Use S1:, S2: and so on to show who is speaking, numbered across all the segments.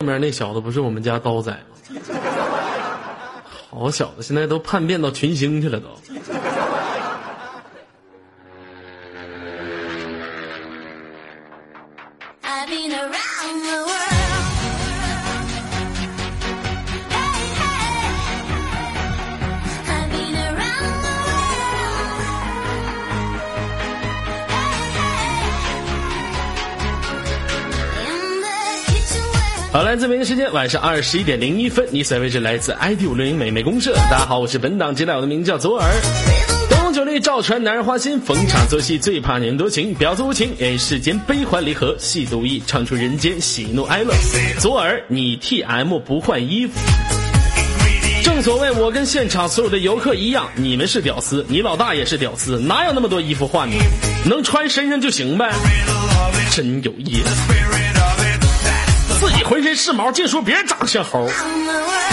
S1: 后面那小子不是我们家刀仔吗？好小子，现在都叛变到群星去了都。
S2: I've been around the world. Hey, hey. I've been around the world. Hey, hey. In the kitchen where
S1: 好，来自北京时间晚上二十一点零一分，你所在位置来自 ID 五六零美美公社。大家好，我是本档接待，我的名字叫左耳。灯红酒绿，照传男人花心，逢场作戏，最怕女人多情。婊子无情，人世间悲欢离合，戏独一，唱出人间喜怒哀乐。左耳，你 TM 不换衣服。正所谓，我跟现场所有的游客一样，你们是屌丝，你老大也是屌丝，哪有那么多衣服换呢？能穿身上就行呗。真有意思。自己浑身是毛，净说别人长得像猴。
S2: I'm the world.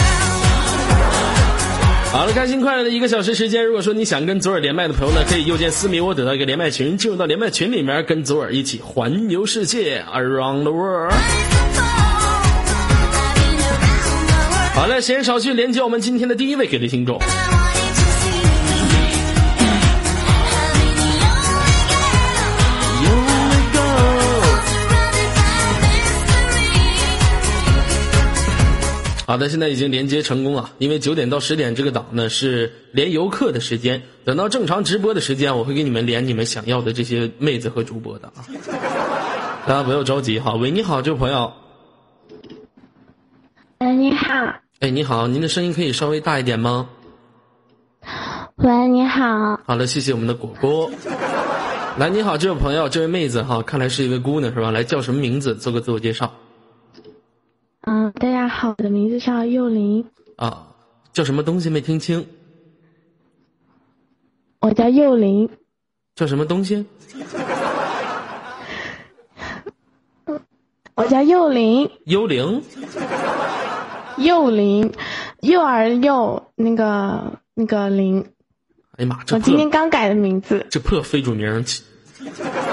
S1: 好了，开心快乐的一个小时时间。如果说你想跟左耳连麦的朋友呢，可以右键私密我得到一个连麦群，进入到连麦群里面，跟左耳一起环游世界，around the world。
S2: I've been around the world.
S1: 好了，闲言少叙，连接我们今天的第一位给力听众。好
S2: I wanted to see me. I've been the only girl surrounded by mystery.
S1: 的，现在已经连接成功了。因为九点到十点这个档呢是连游客的时间，等到正常直播的时间，我会给你们连你们想要的这些妹子和主播的啊。大家不要着急哈。喂，你好，这位朋友。
S3: 喂，呃你好，
S1: 哎，你好，您的声音可以稍微大一点吗？
S3: 喂，你好，
S1: 好了，谢谢我们的果果。来，你好，这位朋友，这位妹子哈，看来是一位姑娘是吧？来，叫什么名字？做个自我介绍
S3: 嗯，大家好，我的名字叫幼林，
S1: 啊，叫什么东西没听清？
S3: 我叫幼林，
S1: 叫什么东西？
S3: 我叫幼林，
S1: 幽灵
S3: 幼林，幼儿幼，那个那个林，
S1: 哎呀妈，这
S3: 我今天
S1: 破
S3: 刚改的名字，
S1: 这破非主名起，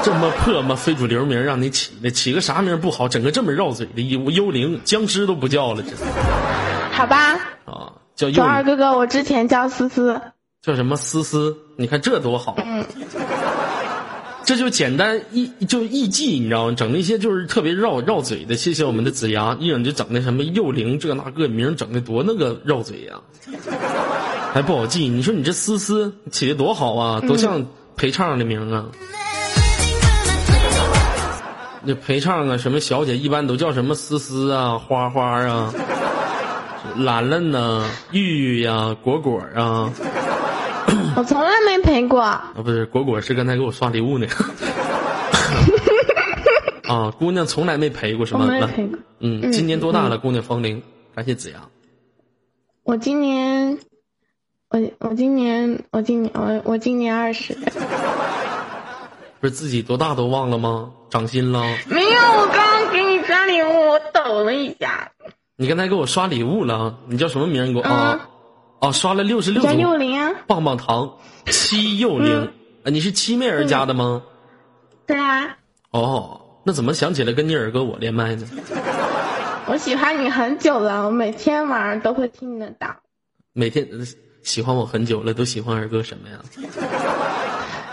S1: 这么破嘛非主流名让你起的，起个啥名不好，整个这么绕嘴的幽幽灵，僵尸都不叫了，这
S3: 好吧？
S1: 啊，叫
S3: 左
S1: 幽
S3: 二
S1: 灵，
S3: 哥哥，我之前叫思思，
S1: 叫什么思思？你看这多好， 这就简单易就易记，你知道吗？整那些就是特别绕绕嘴的。谢谢我们的子牙，一整就整那什么幼灵这那个名，整的多那个绕嘴呀、还不好记。你说你这思思起的多好啊，多像陪唱的名啊！那
S2: Living room and sleeping room.
S1: 陪唱啊，什么小姐一般都叫什么思思啊、花花啊、 兰兰呐、玉玉呀、果果啊。
S3: 我从来没陪过，
S1: 啊，不是果果是刚才给我刷礼物呢。 啊，姑娘从来没陪过什
S3: 我
S1: 么。
S3: 没
S1: 来
S3: 陪过，
S1: 嗯，
S3: 嗯
S1: 今年多大了？姑娘芳龄，感谢子阳。
S3: 我今年，我我今年我今年我我今年二十，
S1: 不是自己多大都忘了吗？长心了？
S3: 没有，我刚刚给你加礼物，我抖了一下，
S1: 你刚才给我刷礼物了？你叫什么名儿？给我啊？哦，刷了六十六
S3: 嗯叫嗯幼
S1: 组
S3: 林啊，
S1: 棒棒糖，七幼龄。啊，你是七妹
S3: 嗯
S1: 儿家的吗？
S3: 对啊。
S1: 哦，那怎么想起来跟你二哥我连麦呢？
S3: 我喜欢你很久了，我每天晚上都会听你的档。
S1: 每天呃喜欢我很久了，都喜欢二哥什么呀？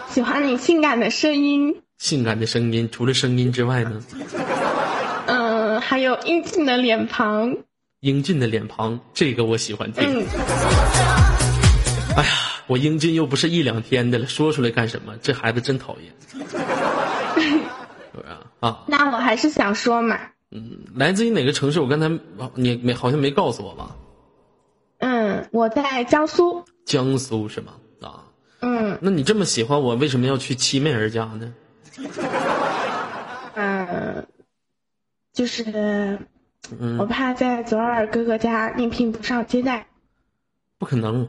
S3: 喜欢你性感的声音，
S1: 性感的声音，除了声音之外呢？
S3: 嗯，还有英俊的脸庞，
S1: 英俊的脸庞，这个我喜欢听。
S3: 嗯，
S1: 哎呀，我英俊又不是一两天的了，说出来干什么？这孩子真 讨厌，是不是啊？啊，
S3: 那我还是想说嘛，
S1: 来自于哪个城市？我刚才啊你没好像没告诉我吧？
S3: 嗯，我在江苏，
S1: 江苏是吗？啊，
S3: 嗯
S1: 那你这么喜欢我，为什么要去七妹儿家呢？
S3: 嗯，就是
S1: 嗯
S3: 我怕在左耳哥哥家应聘不上接待，
S1: 不可能，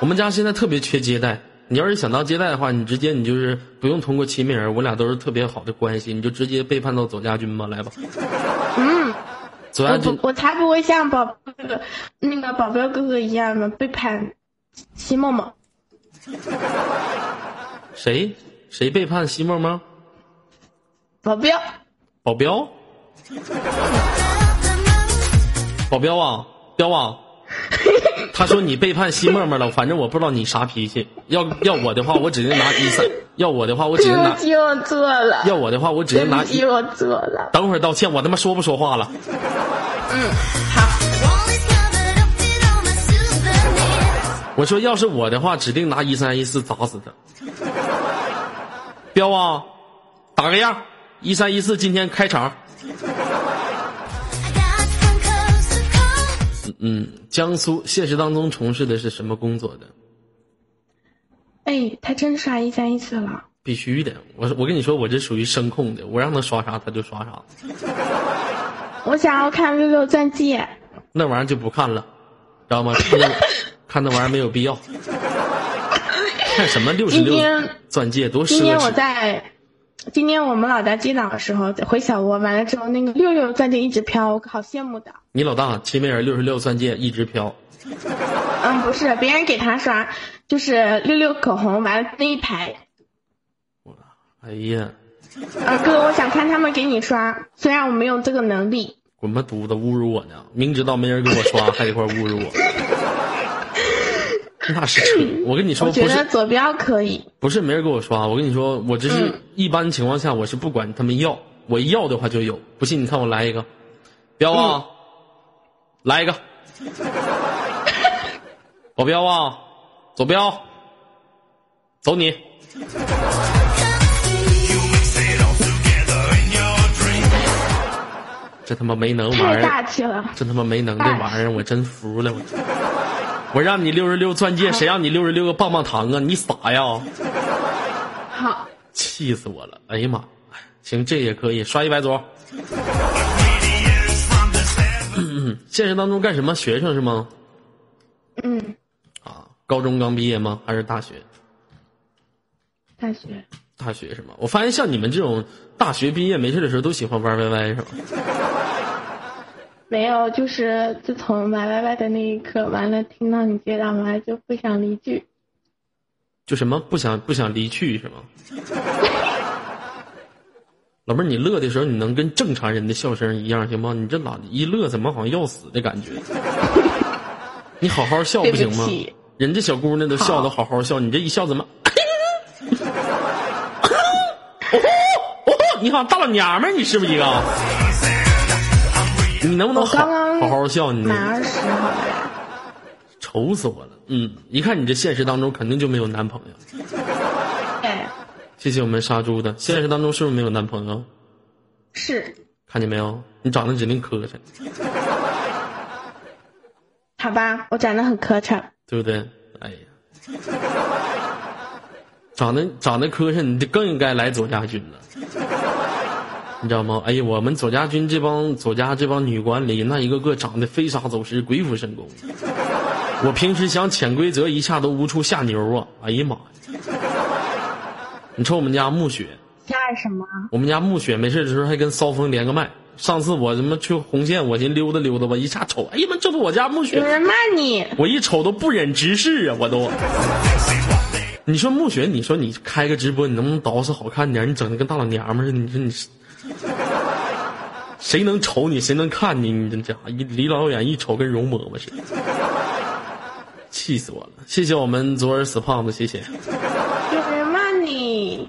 S1: 我们家现在特别缺接待。你要是想当接待的话，你直接你就是不用通过七妹儿，我俩都是特别好的关系，你就直接背叛到左家军吧，来吧。
S3: 嗯，
S1: 左家
S3: 我
S1: 军
S3: 不，我才不会像宝贝哥哥那个保镖哥哥一样的背叛西默默，
S1: 谁谁背叛西沫沫？
S3: 保镖，
S1: 保镖？保镖啊，彪 啊，他说你背叛西沫沫了，反正我不知道你啥脾气。要要我的话，我只能拿一三；要我的话，我只
S3: 对
S1: 能拿
S3: 不；起，我错了，
S1: 要我的话，我只
S3: 对
S1: 能拿
S3: 不
S1: 一
S3: 起，。我错了。
S1: 等会儿道歉，我他妈说不说话了？我说要是我的话，指定拿一三一四砸死他。彪啊，打个样，一三一四今天开场。嗯，江苏现实当中从事的是什么工作的？
S3: 哎，他真刷一三一四了，
S1: 必须的，我我跟你说，我这属于声控的，我让他刷啥他就刷啥，
S3: 我想要看六六传记。
S1: 那玩意儿就不看了，知道吗？看 那看那玩意儿没有必要，看什么六十
S3: 今
S1: 六
S3: 天
S1: 钻戒多奢
S3: 今天我
S1: 侈。
S3: 在，今天我们老大接档的时候回小窝，完了之后那个六六钻戒一直飘，我好羡慕的。
S1: 你老大齐美尔六十六钻戒一直飘，
S3: 嗯，不是，别人给他刷，就是六六口红，完了那一排。
S1: 哎呀，
S3: 呃，哥，我想看他们给你刷，虽然我没有这个能力。
S1: 滚吧犊子，侮辱我呢！明知道没人给我刷，还得一块儿侮 辱我，那是扯。我跟你说，
S3: 我
S1: 不
S3: 觉得
S1: 是
S3: 左标可以，
S1: 不是没人给我刷，我跟你说，我只
S3: 嗯
S1: 是一般情况下我是不管他们要，我要的话就有。不信你看我来一个，彪
S3: 嗯
S1: 啊，来 一个，保镖啊，走镖，走你，这他妈没能玩
S3: 太
S1: 儿。
S3: 大哎气了。
S1: 这他妈没能这玩意儿，我真服了我。我让你六十六钻
S3: 啊
S1: 戒，谁让你六十六个棒棒糖啊？你傻呀！
S3: 好，
S1: 气死我了！哎呀妈，行，这也可以刷一百左。嗯现实当中干什么？学生是吗？
S3: 嗯，
S1: 啊，高中刚毕业吗？还是大学？
S3: 大学，
S1: 大学是吗？我发现像你们这种大学毕业没事的时候都喜欢玩 YY 是吧？
S3: 没有，就是自从玩 Y Y 的那一刻，完了听到你接档，完了就不想离去。
S1: 就什么不想不想离去是吗？ 老妹儿，你乐的时候你能跟正常人的笑声一样行吗？你这老一乐怎么好像要死的感觉？ 你好好笑不行吗
S3: 对不起？
S1: 人家小姑娘都笑
S3: 好
S1: 得好好笑，你这一笑怎么？ 哦吼哦吼，你好大老娘们儿，你是不是一个？你能不能
S3: 我
S1: 好
S3: 刚刚
S1: 好好笑？你
S3: 满二十好了，
S1: 愁死我了！嗯，一看你这现实当中肯定就没有男朋友。
S3: 对，
S1: 谢谢我们杀猪的。现实当中是不是没有男朋友？
S3: 是，
S1: 看见没有？你长得指定磕碜，
S3: 好吧，我长得很磕碜，
S1: 对不对？哎呀， 长得长得磕碜，你就更应该来左家军了，你知道吗？哎呀，我们左家军这帮左家这帮女管理，那一个个长得飞沙走石，鬼斧神工。我平时想潜规则一下都无处下牛啊！哎呀妈呀！你瞅我们家暮雪，
S3: 下什么？
S1: 我们家暮雪没事的时候还跟骚风连个麦。上次我他妈去红线，我寻溜达溜达吧，一下瞅，哎呀妈，这不我家暮
S3: 有
S1: 雪，
S3: 人骂你，
S1: 我一瞅都不忍直视啊，我都。你说暮雪，你说你开个直播，你能不能捯饬好看点？你整的跟大老娘们似的，你说你是，谁能瞅你，谁能看你？你这家伙一离老远一瞅，跟容嬷嬷似的，气死我了！谢谢我们左耳死胖子，谢谢。
S3: 有人骂你，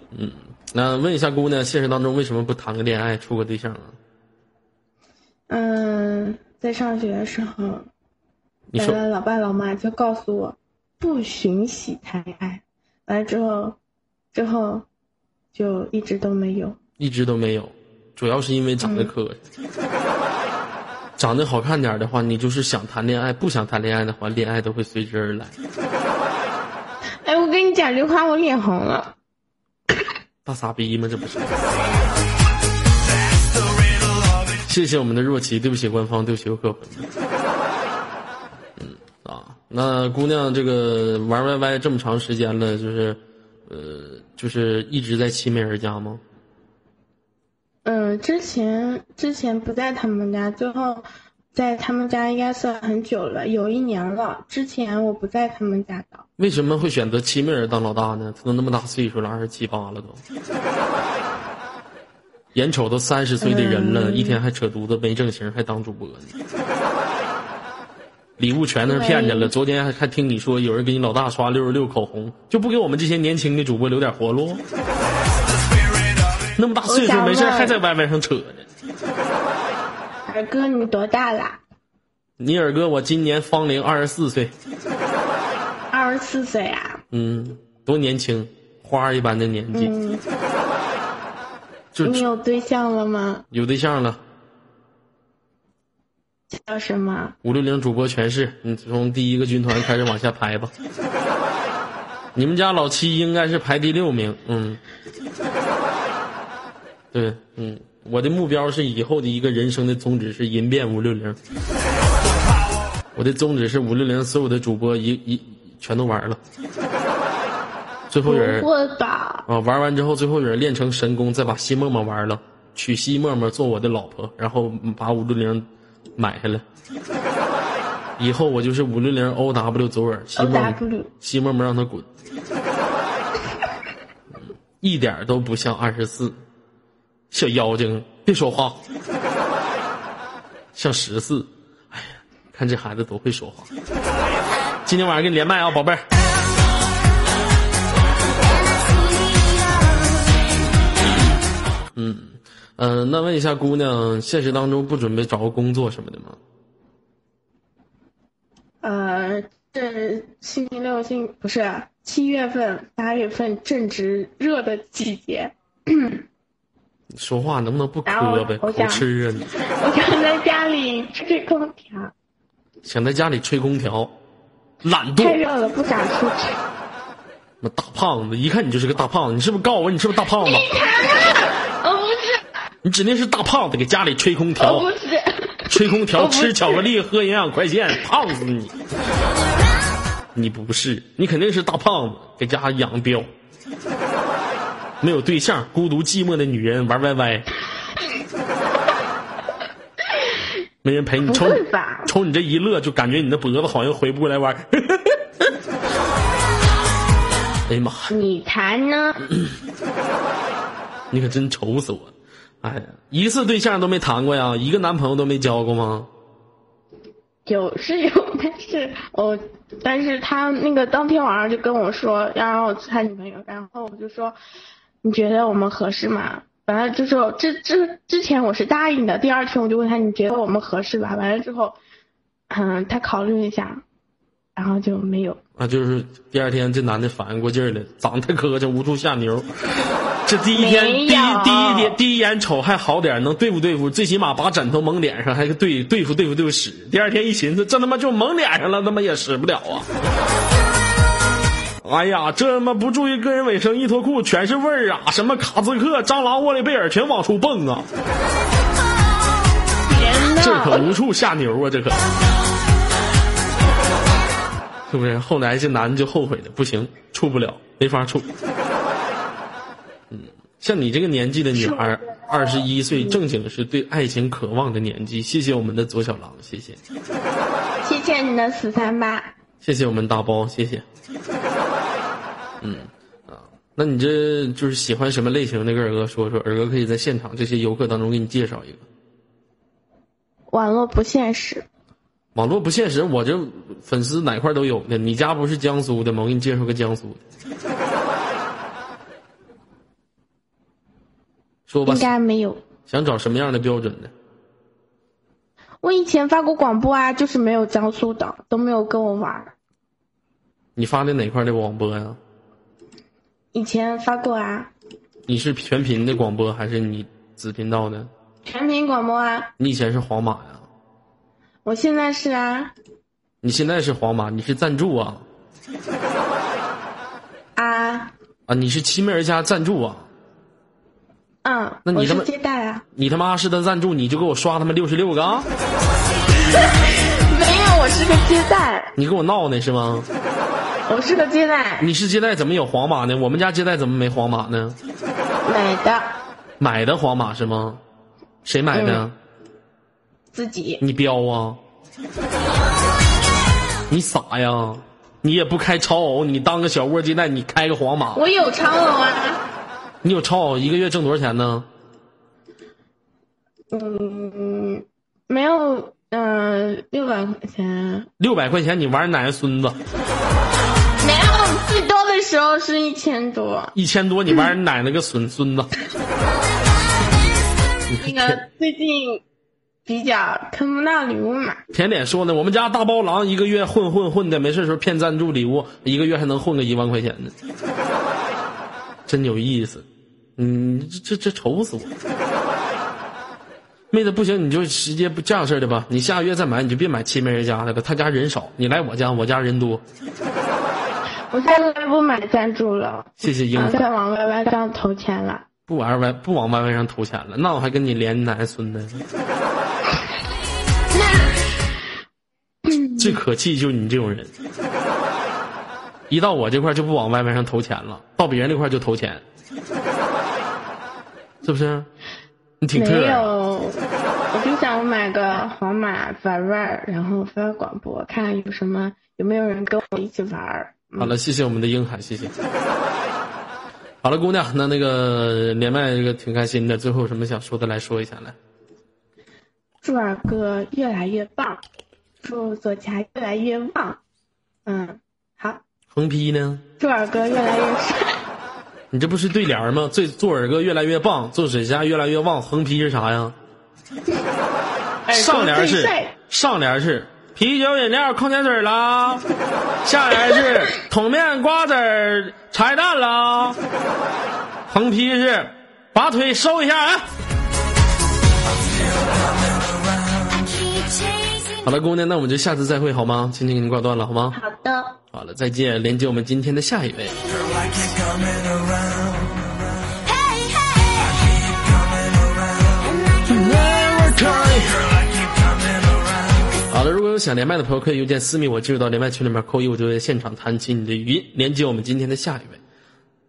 S1: 那问一下姑娘，现实当中为什么不谈个恋爱，处个对象啊？
S3: 嗯，在上学的时候，
S1: 你
S3: 完
S1: 说
S3: 了老爸老妈就告诉我，不允许谈恋爱。完了之后，之后就一直都没有。
S1: 一直都没有，主要是因为长得磕碜。长得好看点儿的话，你就是想谈恋爱；不想谈恋爱的话，恋爱都会随之而来。
S3: 哎，我跟你讲这话，我脸红了。
S1: 大傻逼吗？这不是？谢谢我们的若琪，对不起官方，对不起游客朋友们。嗯啊，那姑娘这个玩 YY 这么长时间了，就是呃，就是一直在七妹儿家吗？
S3: 嗯，之前之前不在他们家，最后在他们家应该算很久了，有一年了。之前我不在他们家的，
S1: 为什么会选择七妹儿当老大呢？她都那么大岁数了，二十七八了都，
S3: 嗯
S1: 眼瞅都三十岁的人了，一天还扯犊子没正形，还当主播呢。礼物全那是
S3: 对
S1: 骗人了。昨天还还听你说有人给你老大刷六十六口红，就不给我们这些年轻的主播留点活路？那么大岁数
S3: 我想
S1: 没事儿
S3: 问
S1: 还在歪歪上扯呢。
S3: 二哥，你多大啦？
S1: 尼尔哥，我今年芳龄二十四岁，
S3: 二十四岁啊？
S1: 嗯，多年轻，花儿一般的年纪，
S3: 嗯，
S1: 就
S3: 你有对象了吗？
S1: 有对象了。
S3: 叫什么？
S1: 五六零主播全是，你从第一个军团开始往下排吧。 你们家老七应该是排第六名，嗯，对，嗯，我的目标是以后的一个人生的宗旨是银遍五六零，我的宗旨是五六零所有的主播一一全都玩了，最
S3: 不
S1: 后有人
S3: 会吧？
S1: 啊，玩完之后，最后有人练成神功，再把西沫沫玩了，娶西沫沫做我的老婆，然后把五六零买下来。以后我就是五六零 O W 左耳，西
S3: O
S1: 沫沫
S3: W
S1: 西沫沫让他滚，嗯一点儿都不像二十四，小妖精，别说话，像十四。哎呀，看这孩子多会说话。今天晚上给你连麦啊，宝贝儿。嗯、那问一下姑娘，现实当中不准备找个工作什么的吗？
S3: 呃，这星期六星不是七月份、八月份正值热的季 节，
S1: 你说话能不能不
S3: 然后
S1: 磕呗？
S3: 我
S1: 口
S3: 想
S1: 吃啊你！
S3: 我想在家里吹空调，
S1: 想在家里吹空调，懒
S3: 太
S1: 惰，
S3: 热了不敢出去。
S1: 妈大胖子，一看你就是个大胖子，你是不是告诉我你是不是大胖子？
S3: 我哦不是，
S1: 你指定是大胖子，给家里吹空
S3: 我
S1: 调，
S3: 不是，
S1: 吹空调，
S3: 哦我不是
S1: 吃巧克力，喝营养快 线，胖死你！你不是，你肯定是大胖子，给家养膘，没有对象，孤独寂寞的女人玩 YY，没人陪你，
S3: 不
S1: 瞅你
S3: 会吧？
S1: 瞅你这一乐，就感觉你的脖子好像回不过来弯儿。 哎呀妈，
S3: 你才呢？
S1: 你可真愁死我！哎呀，一次对象都没谈过呀，一个男朋友都没交过吗？
S3: 有是有，但是我，但是他那个当天晚上就跟我说要让我做他女朋友，然后我就说，你觉得我们合适吗？完了之后，之之之前我是答应的，第二天我就问他你觉得我们合适吧？完了之后，嗯，他考虑一下，然后就没有。
S1: 啊，就是第二天这男的反应过劲儿了，长得太磕碜，无处下牛。这第一天第
S3: 没
S1: 一
S3: 有
S1: 第一点第一眼瞅还好点儿，能对付对付，最起码把枕头蒙脸上，还对对付对付对付使。第二天一寻思，这他妈就蒙脸上了，他妈也使不了啊！ 哎呀，这他妈不注意个人卫生，一脱裤全是味儿啊！什么卡兹克、蟑螂、窝里贝尔全往出蹦啊！
S3: 天
S1: 这 可
S3: 呐，
S1: 无处下牛啊！这可，是不是？后来这男的就后悔了，不行，处不了，没法处。嗯，像你这个年纪的女孩，二十一岁，正经是对爱情渴望的年纪。谢谢我们的左小狼，谢谢，
S3: 谢谢你的死三八，
S1: 谢谢我们大包，谢谢。嗯啊，那你这就是喜欢什么类型的？跟二哥说说，二哥可以在现场这些游客当中给你介绍一个。
S3: 网络不现实。
S1: 网络不现实，我这粉丝哪块都有呢。你家不是江苏的吗？我给你介绍个江苏的。说吧
S3: 应，该没有。
S1: 想找什么样的标准的？
S3: 我以前发过广播啊，就是没有江苏的，都没有跟我玩儿。
S1: 你发的哪块的广播呀、
S3: 以前发过啊，
S1: 你是全频的广播还是你子频道的？
S3: 全频广播啊，
S1: 你以前是皇马呀、
S3: 我现在是啊
S1: 你现在是皇马，你是赞助啊？
S3: 啊
S1: 啊，你是七妹儿家赞助啊？
S3: 嗯，
S1: 那你
S3: 我
S1: 这么
S3: 是接待啊，
S1: 你他妈是他赞助，你就给我刷他妈六十六个啊？
S3: 没有，我是个接待，
S1: 你跟我闹呢是吗？
S3: 我是个接待，
S1: 你是接待怎么有皇马呢？我们家接待怎么没皇马呢？
S3: 买的
S1: 买的皇马是吗？谁买的？
S3: 嗯自己，
S1: 你彪啊！你傻呀！你也不开超偶，你当个小窝鸡蛋，你开个皇马，
S3: 我有长偶啊，
S1: 你有超偶一个月挣多少钱呢？
S3: 嗯，没有，嗯、嗯、六百块钱。啊
S1: 六百块钱你玩哪个孙子？
S3: 没有，最多的时候是一千多。
S1: 一千多你玩哪那个孙孙子？
S3: 那个最近比较坑不到礼物嘛，
S1: 甜点说呢，我们家大包狼一个月混混混的，没事时候骗赞助礼物，一个月还能混个一万块钱呢，真有意思。嗯，这这这愁死我。妹子不行，你就直接不这样式儿的吧。你下个月再买，你就别买亲妹人家那个，他家人少，你来我家，我家人多。
S3: 我现在不买赞助了，
S1: 谢谢英
S3: 啊
S1: 子，
S3: 在往 YY 上投钱了。
S1: 不玩歪，不往歪歪上投钱了，那我还跟你连男孙子。最可气就是你这种人，一到我这块就不往外面上投钱了，到别人那块就投钱，是不是？你挺
S3: 没
S1: 特啊，
S3: 有，我就想买个皇马玩玩儿，然后发广播，看有什么有没有人跟我一起玩儿。嗯
S1: 好了，谢谢我们的英海，谢谢。好了，姑娘，那那个连麦这个挺开心的，最后有什么想说的来说一下来。
S3: 祝二哥越来越棒，祝左家越来越旺。嗯，好，
S1: 横批呢？
S3: 祝二哥越来越帅。
S1: 你这不是对联儿吗？最做耳哥越来越棒，做水下越来越旺，横批是啥呀？
S3: 哎
S1: 上联
S3: 耳朵最
S1: 是
S3: 帅
S1: 上联是啤酒、饮料、矿泉水啦，下联是桶面、瓜子儿、茶叶蛋啦，横批是把腿收一下来。啊好了，姑娘，那我们就下次再会好吗？轻轻给你挂断了好吗？
S3: 好的，
S1: 好了，再见，连接我们今天的下一位。好了，如果有想连麦的朋友，可以邮件私密我，进入到连麦群里面扣一，我就会现场弹起你的语音，连接我们今天的下一位。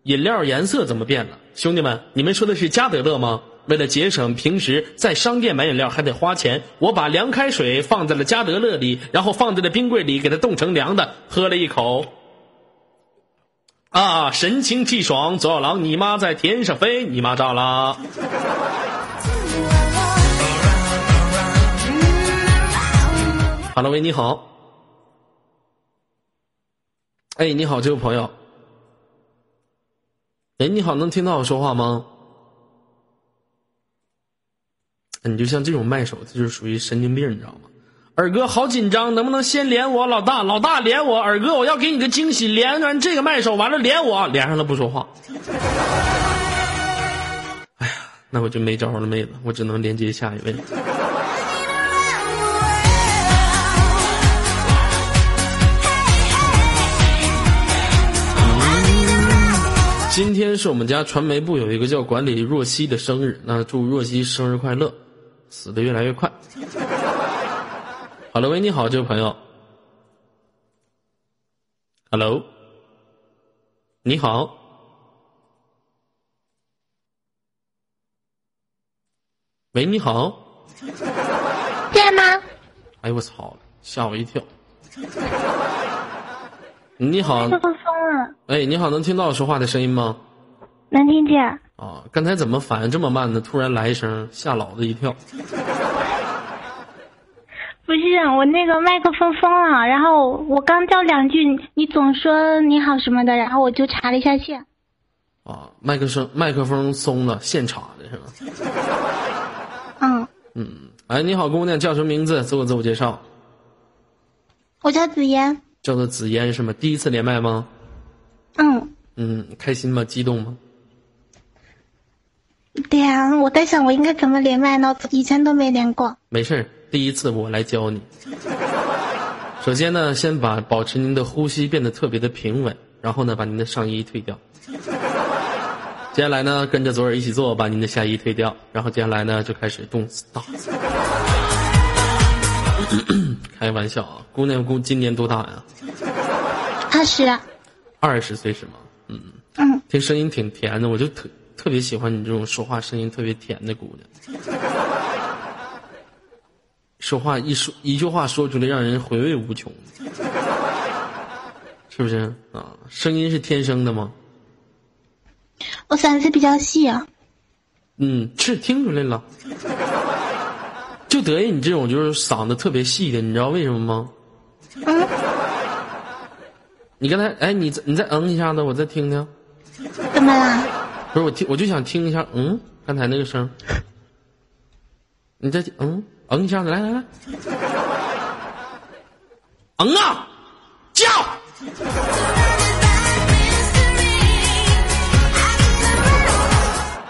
S1: 饮料颜色怎么变了？兄弟们，你们说的是加德乐吗？为了节省平时在商店买饮料还得花钱，我把凉开水放在了加德乐里，然后放在了冰柜里，给它冻成凉的，喝了一口。啊，神清气爽！左小狼，你妈在天上飞，你妈炸啦！哈喽喂，你好。哎，你好，这位朋友。哎，你好，能听到我说话吗？哎你就像这种卖手，这就是属于神经病，你知道吗？二哥，好紧张，能不能先连我？老大，老大连我，二哥，我要给你个惊喜，连完这个卖手，完了连我，连上了不说话。哎呀，那我就没招了，妹子，我只能连接下一位。今天是我们家传媒部有一个叫管理若曦的生日，那祝若曦生日快乐，死的越来越快。好了，喂，你好，这位朋友。Hello，你好。喂，你好。
S4: 在吗？
S1: 哎呦我操，吓我一跳。你好，
S4: 放松了，
S1: 哎，你好，能听到我说话的声音吗？
S4: 能听见？
S1: 啊，刚才怎么反应这么慢呢？突然来一声，吓老子一跳。
S4: 不是，我那个麦克风封了，然后我刚叫两句，你总说你好什么的，然后我就查了一下线。
S1: 啊，麦克声麦克风松了，现场的是吧？
S4: 嗯，
S1: 嗯，哎，你好，姑娘，叫什么名字？自我自我介绍，
S4: 我叫紫嫣。
S1: 叫做紫嫣是吗？第一次连麦吗？
S4: 嗯，
S1: 嗯，开心吗？激动吗？
S4: 对呀、我在想我应该怎么连麦呢？以前都没连过。
S1: 没事儿，第一次我来教你。首先呢，先把保持您的呼吸变得特别的平稳，然后呢，把您的上衣退掉。接下来呢，跟着左耳一起做，把您的下衣退掉，然后接下来呢，就开始动大字。 开玩笑啊，姑娘姑今年多大呀？
S4: 二十。
S1: 二十岁是吗？嗯，
S4: 嗯，
S1: 听声音挺甜的，我就特特别喜欢你这种说话声音特别甜的姑娘。说话一说一句话说出来，让人回味无穷，是不是啊？声音是天生的吗？
S4: 我嗓子比较细啊。
S1: 嗯，是听出来了，就得意你这种就是嗓子特别细的，你知道为什么吗？你刚才哎，你再你再嗯一下子，我再听听。
S4: 怎么啦？
S1: 不是我听，我就想听一下，嗯，刚才那个声儿。你再嗯嗯一下子，来来来，嗯啊，叫，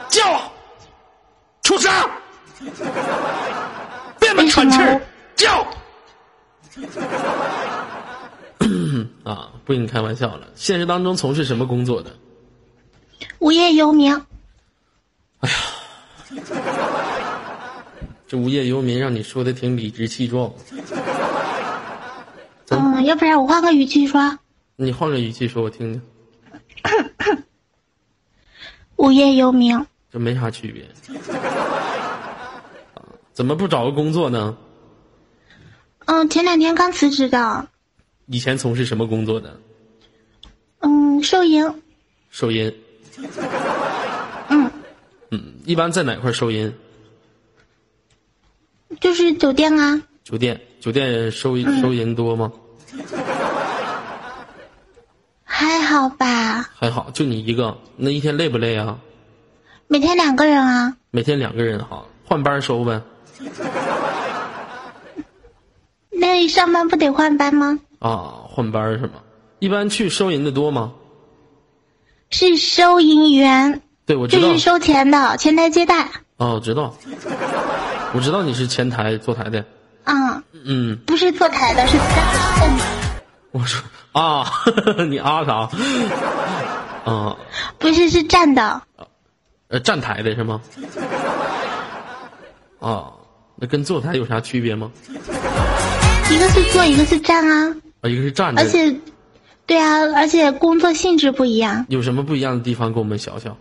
S1: 叫啊，畜生，别那么喘气
S4: 为什
S1: 儿
S4: 么，
S1: 叫。 啊，不跟你开玩笑了。现实当中从事什么工作的？
S4: 无业游民，
S1: 这无业游民让你说的挺理直气壮。
S4: 嗯，要不然我换个语气说，
S1: 你换个语气说，我听听，
S4: 无业游民，
S1: 这没啥区别。啊怎么不找个工作呢？
S4: 嗯，前两天刚辞职的，
S1: 以前从事什么工作的？
S4: 嗯，收银，
S1: 收银。
S4: 嗯，
S1: 嗯，一般在哪块儿收银？
S4: 就是酒店啊，
S1: 酒店，酒店收银收银多吗？
S4: 还好吧，
S1: 还好，就你一个，那一天累不累啊？
S4: 每天两个人啊，
S1: 每天两个人哈，换班收呗。
S4: 那上班不得换班吗？
S1: 啊，换班是吗？一般去收银的多吗？
S4: 是收银员，
S1: 对，我知
S4: 就
S1: 道
S4: 是。收钱的，前台接待，
S1: 啊，我知道，我知道你是前台坐台的。
S4: 嗯，
S1: 嗯，
S4: 不是坐台的，是
S1: 我说啊， 你啊啥？ 啊，
S4: 不是是站的，
S1: 呃，站台的是吗？啊，那跟坐台有啥区别吗？
S4: 一个是坐，一个是站啊，
S1: 啊，一个是站着
S4: 而，且，对啊，而且工作性质不一样，
S1: 有什么不一样的地方跟我们想想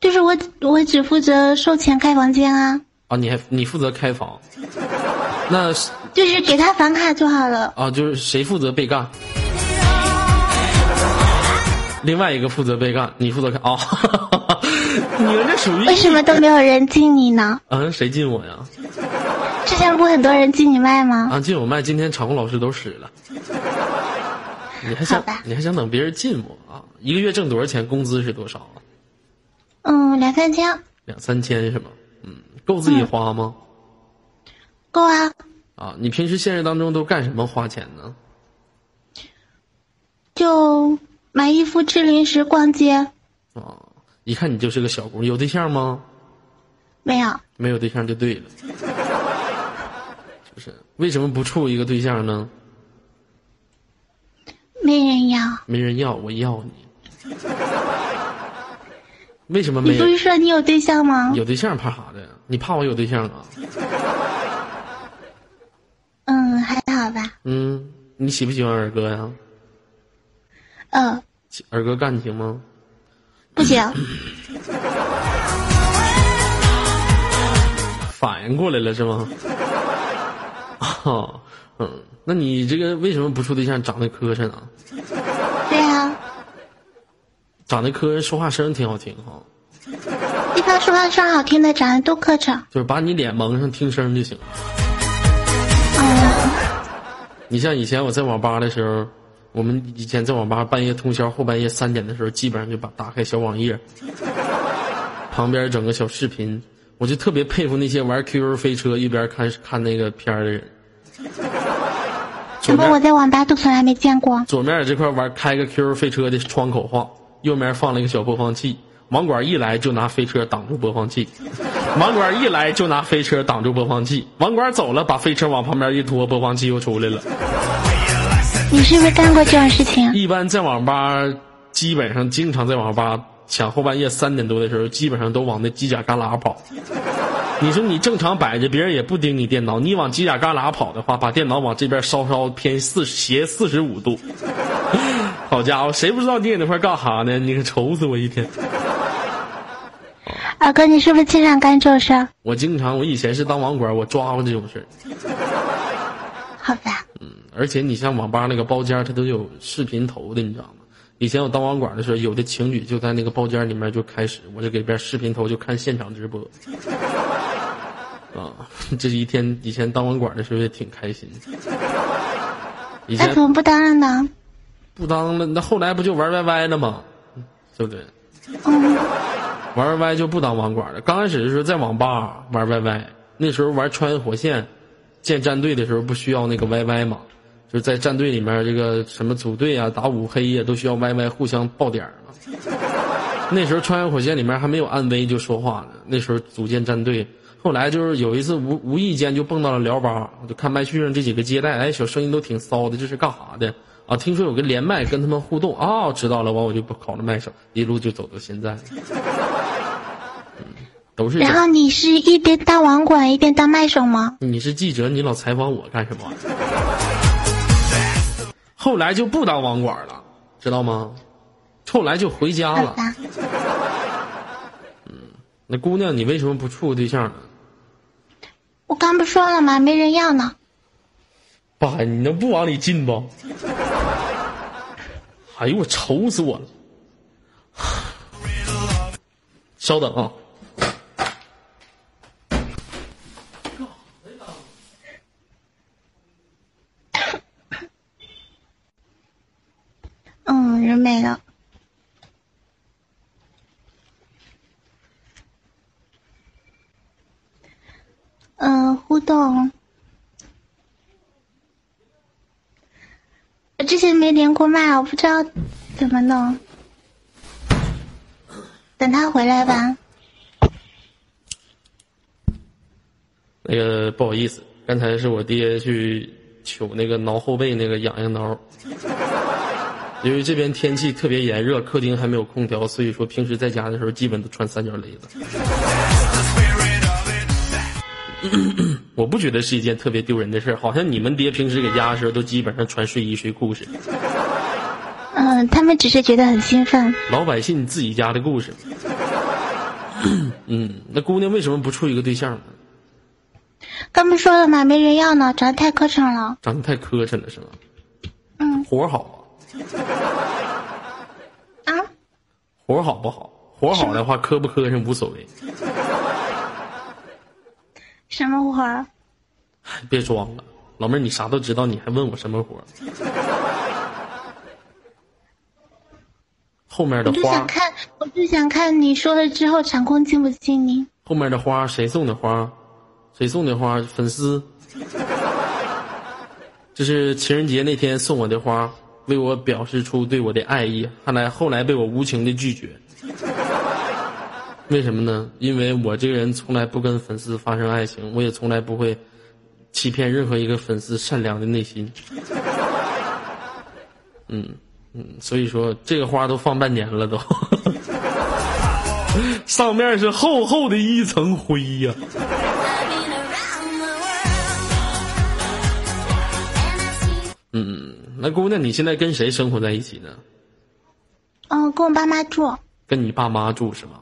S4: 就是我我只负责收钱开房间啊，
S1: 啊？你还你负责开房，那是
S4: 就是给他房卡就好了，
S1: 啊，就是谁负责被干？另外一个负责被干，你负责开啊？ 你们这属于
S4: 为什么都没有人进你呢？
S1: 啊？谁进我呀？
S4: 之前不很多人进你麦吗？
S1: 啊，进我麦，今天场控老师都使 了。你还想
S4: 好吧
S1: 你还想等别人进我啊？一个月挣多少钱？工资是多少啊？
S4: 嗯，两三千
S1: 两三千是吗？嗯，够自己花吗？
S4: 够啊。
S1: 啊，你平时现实当中都干什么花钱呢？
S4: 就买衣服、吃零食、逛街，
S1: 啊，一看你就是个小姑娘，有对象吗？
S4: 没有，
S1: 没有对象就对了， 就是为什么不处一个对象呢？
S4: 没人要。
S1: 没人要，我要你。 为什么没
S4: 你不
S1: 人
S4: 是说你有对象吗？
S1: 有对象怕啥的呀？你怕我有对象啊？
S4: 嗯，还好吧。
S1: 嗯，你喜不喜欢二哥呀？
S4: 嗯，
S1: 喜二哥干情吗？
S4: 不行，
S1: 嗯反应过来了是吗？ 哦，嗯，那你这个为什么不处对象？长得磕碜啊？
S4: 对啊，
S1: 长得磕碜，说话声挺好听啊哈、
S4: 一般说话声好听的长得都磕碜。
S1: 就是把你脸蒙上听声就行了。
S4: 嗯
S1: 你像以前我在网吧的时候，我们以前在网吧半夜通宵后半夜三点的时候，基本上就把打开小网页，旁边整个小视频，我就特别佩服那些玩 QQ 飞车一边看看那个片儿的人。左
S4: 怎么我
S1: 面
S4: 在网吧都从来没见过？
S1: 左面这块玩开个 QQ 飞车的窗口话，右面放了一个小播放器。网管一来就拿飞车挡住播放器，网管一来就拿飞车挡住播放器，网管走了把飞车往旁边一拖，播放器又出来了。
S4: 你是不是干过这种事 情？
S1: 一般在网吧，基本上经常在网吧，想后半夜三点多的时候，基本上都往那犄角旮旯跑。你说你正常摆着，别人也不盯你电脑，你往犄角旮旯跑的话，把电脑往这边稍稍偏四斜四十五度， 好家伙，谁不知道你搁那块干哈呢？你可愁死我一天。
S4: 二哥，你是不是经常干这种事儿？
S1: 我经常，我以前是当网管，我抓过这种事儿。
S4: 好吧，
S1: 而且你像网吧那个包间儿，它都有视频头的，你知道吗？以前我当网管的时候，有的情侣就在那个包间里面就开始，我就给边视频头就看现场直播。啊， 这一天以前当网管的时候也挺开心的。以
S4: 那
S1: 前
S4: 怎么不当了呢？
S1: 不当了，那后来不就玩 YY 了吗？对不对？玩 YY 就不当网管了。刚开始的时候在网吧玩 YY，那时候玩穿越火线，建战队的时候不需要那个 YY 嘛，就是在战队里面这个什么组队啊、打五黑呀、都需要 YY 互相爆点儿嘛。那时候穿越火线里面还没有暗威就说话呢，那时候组建战队。后来就是有一次无无意间就蹦到了聊吧，我就看麦序上这几个接待，哎，小声音都挺骚的，这是干啥的啊？听说有个连麦跟他们互动，哦，知道了，完我就不考了麦手，一路就走到现在。嗯，都是这
S4: 然后你是一边当网管一边当麦手吗？
S1: 你是记者，你老采访我干什么玩意儿？后来就不当网管了，知道吗？后来就回家
S4: 好
S1: 了。
S4: 吧，
S1: 那姑娘，你为什么不处个对象呢？
S4: 我刚不说了吗？没人要呢。
S1: 爸，你能不往里进不？哎呦，我愁死我了！ 稍等啊，
S4: 嗯，人没了。嗯、互动。我之前没连过麦，我不知道怎么弄。等他回来吧。
S1: 那个不好意思，刚才是我爹去取那个挠后背那个痒痒挠， 因为这边天气特别炎热，客厅还没有空调，所以说平时在家的时候基本都穿三角勒子。我不觉得是一件特别丢人的事儿，好像你们爹平时给家的时候都基本上穿睡衣睡裤似的。
S4: 嗯、他们只是觉得很兴奋。
S1: 老百姓自己家的故事。 嗯，那姑娘为什么不处一个对象呢？
S4: 刚不说了吗？没人要呢，长得太磕碜了。
S1: 长得太磕碜了是吗？
S4: 嗯
S1: 活儿好啊，
S4: 啊，
S1: 活儿好不好？活儿好的话，磕不磕碜无所谓。
S4: 什么活儿？
S1: 别装了，老妹儿，你啥都知道，你还问我什么活儿？ 后面的
S4: 我就
S1: 花
S4: 想，看，我就想看你说了之后场控敬不敬你。
S1: 后面的花，谁送的花？谁送的花？粉丝。 这是情人节那天送我的花，为我表示出对我的爱意，看来后来被我无情的拒绝。为什么呢？因为我这个人从来不跟粉丝发生爱情，我也从来不会欺骗任何一个粉丝善良的内心。嗯嗯，所以说这个花都放半年了都。 上面是厚厚的一层灰呀、
S2: I've been around the world, and
S1: 嗯那姑娘，你现在跟谁生活在一起呢？
S4: 嗯，跟我爸妈住。
S1: 跟你爸妈住是吗？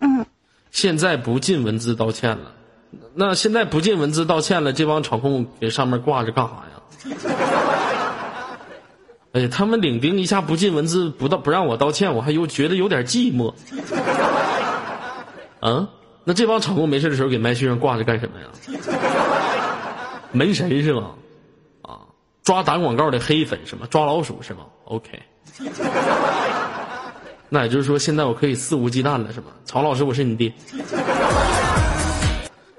S4: 嗯，
S1: 现在不进文字道歉了，那现在不进文字道歉了，这帮场控给上面挂着干啥呀？ 哎呀，他们领兵一下不进文字，不道不让我道歉，我还有觉得有点寂寞。 啊，那这帮场控没事的时候给麦序上挂着干什么呀？ 门神是吗？啊，抓打广告的黑粉是吗？抓老鼠是吗？OK。那也就是说，现在我可以肆无忌惮了，是吗？曹老师，我是你爹。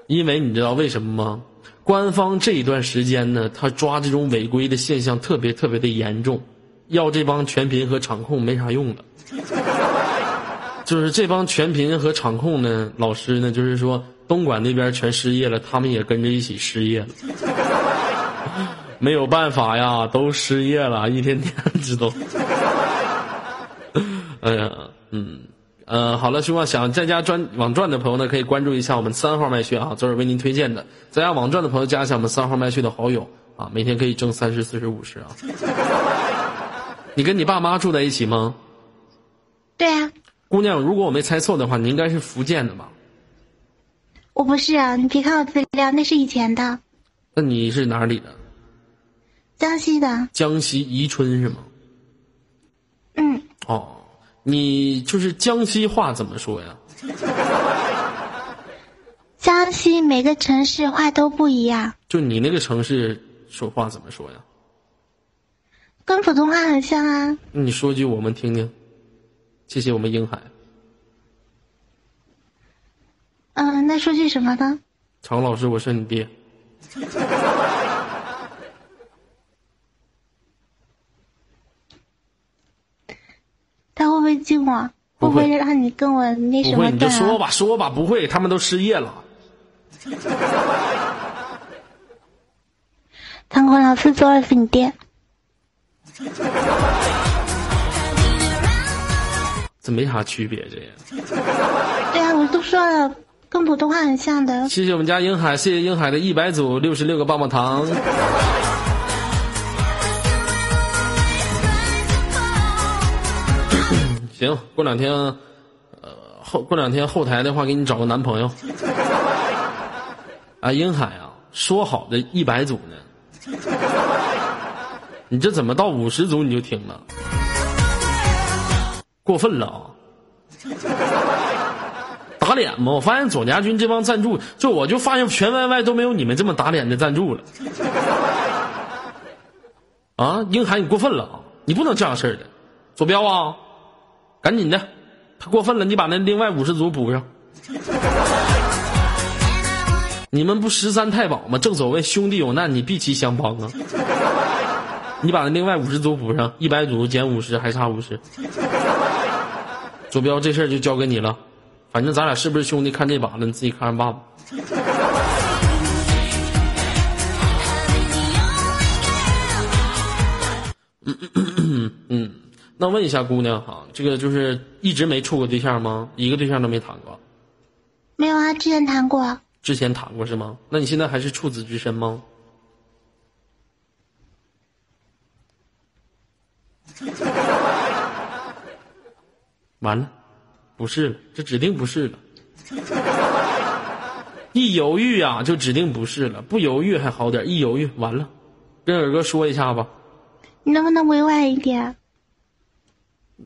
S1: 因为你知道为什么吗？官方这一段时间呢，他抓这种违规的现象特别特别的严重，要这帮全频和场控没啥用了。就是这帮全频和场控呢，老师呢，就是说东莞那边全失业了，他们也跟着一起失业了。 没有办法呀，都失业了，一天 天这都。哎呀，嗯，呃，好了，希望想在家专网赚的朋友呢，可以关注一下我们三号麦序啊，昨儿为您推荐的，在家网赚的朋友加一下我们三号麦序的好友啊，每天可以挣三十、四十、五十啊。你跟你爸妈住在一起吗？
S4: 对啊，
S1: 姑娘，如果我没猜错的话，你应该是福建的吧？
S4: 我不是啊，你别看我资料，那是以前的，
S1: 那你是哪里的？
S4: 江西的。
S1: 江西宜春是吗？
S4: 嗯，
S1: 哦，你就是江西话怎么说呀？
S4: 江东西每个城市话都不一样，
S1: 就你那个城市说话怎么说呀？
S4: 跟普通话很像啊。
S1: 你说句我们听听。谢谢我们英海，
S4: 嗯、那说句什么呢？
S1: 常老师，我是你爹。
S4: 他会不会进我？
S1: 不会
S4: 会不会让你跟我那
S1: 不
S4: 什
S1: 会
S4: 么
S1: 你就
S4: 断、
S1: 说
S4: 啊？
S1: 吧，说吧，不会，他们都失业了。
S4: 唐国老师做了是你爹，
S1: 这没啥区别，这也。
S4: 对啊，我都说了，跟普通话很像的。
S1: 谢谢我们家英海，谢谢英海的一百组六十六个棒棒糖。行，过两天，呃，后过两天后台的话，给你找个男朋友。啊，英海啊，说好的一百组呢，你这怎么到五十组你就停了？过分了啊！打脸吗？我发现左家军这帮赞助，就我就发现全 YY 都没有你们这么打脸的赞助了。啊，英海，你过分了啊！你不能这样式儿的，左彪啊，赶紧的，他过分了，你把那另外五十组补上。你们不十三太保吗？正所谓兄弟有难，你必其相帮啊！你把那另外五十组补上，一百组减五十，还差五十。左彪，这事儿就交给你了。反正咱俩是不是兄弟，看这把了，你自己看着办吧。嗯，嗯那问一下姑娘哈，这个就是一直没处过对象吗？一个对象都没谈过，
S4: 没有啊，之前谈过，
S1: 之前谈过是吗？那你现在还是处子之身吗？ 完了，不是了，这指定不是了。一犹豫啊，就指定不是了。不犹豫还好点，一犹豫完了，跟尔哥说一下吧。
S4: 你能不能委婉一点？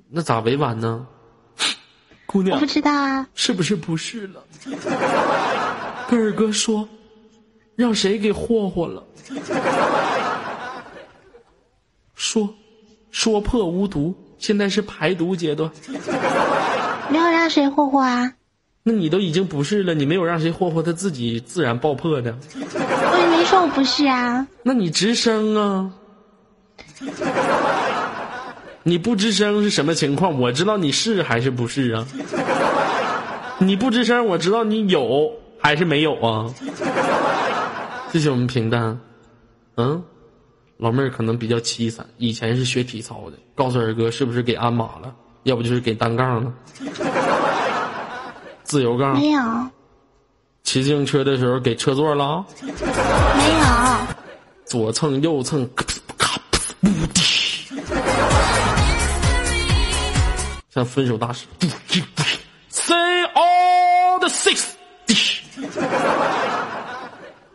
S1: 那咋委婉呢？姑
S4: 我
S1: 娘
S4: 不知道啊，
S1: 是不是不是了？ 跟二哥说，让谁给霍霍了？ 说，说破无毒，现在是排毒阶段。
S4: 没有让谁霍霍啊，
S1: 那你都已经不是了，你没有让谁霍霍，他自己自然爆破的。
S4: 我也没说我不是啊，
S1: 那你吱声啊！你不吱声是什么情况？我知道你是还是不是啊？你不吱声，我知道你有还是没有啊？谢谢我们平淡，嗯，老妹儿可能比较凄惨，以前是学体操的，告诉二哥是不是给鞍马了，要不就是给单杠了，自由杠，
S4: 没有，
S1: 骑自行车的时候给车座了。
S4: 没有。
S1: 左蹭右蹭，咔噗咔噗呜滴，像分手大师嘟滴嘟滴，Say all the six，滴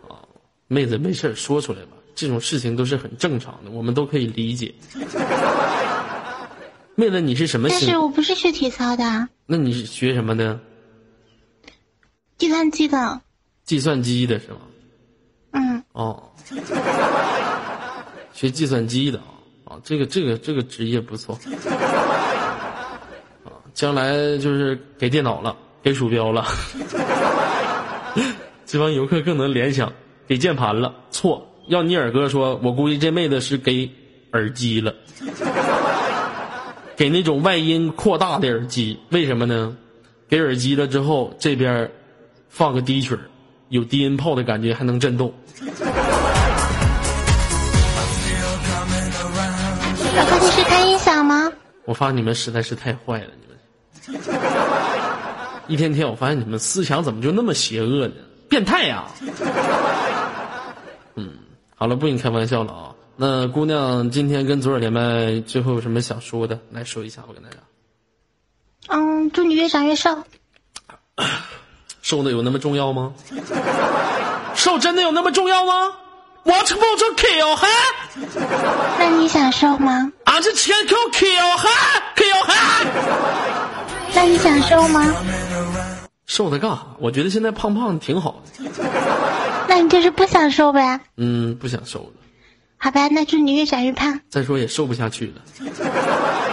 S1: 啊，妹子没事儿说出来吧，这种事情都是很正常的，我们都可以理解。妹子，你是什么
S4: 但
S1: 星
S4: 是？我不是学体操的，
S1: 那你是学什么的？
S4: 计算机的。
S1: 计算机的是吗？
S4: 嗯，
S1: 哦，学计算机的啊，啊，这个这个这个职业不错，啊，将来就是给电脑了，给鼠标了， 这帮游客更能联想，给键盘了，错，要你耳哥说，我估计这妹子是给耳机了，给那种外音扩大的耳机，为什么呢？给耳机了之后，这边儿放个低曲儿有低音炮的感觉，还能震动。
S4: 老哥，你是开音响吗？
S1: 我发现你们实在是太坏了，你们一天天，我发现你们思想怎么就那么邪恶呢？变态呀、嗯，好了，不跟你开玩笑了啊。那姑娘今天跟左耳连麦，最后有什么想说的？来说一下，我跟大家
S4: 嗯，祝你越长越瘦。
S1: 瘦的有那么重要吗？瘦真的有那么重要吗？What about you kill 哦嘿？
S4: 那你想瘦吗？
S1: 俺是前 Q 哦 kill 嘿 kill 嘿。
S4: 那你想瘦吗？
S1: 瘦的干啥？我觉得现在胖胖挺好的。
S4: 那你就是不想瘦呗？
S1: 嗯，不想瘦了。
S4: 好吧，那祝你越长越胖。
S1: 再说也瘦不下去了，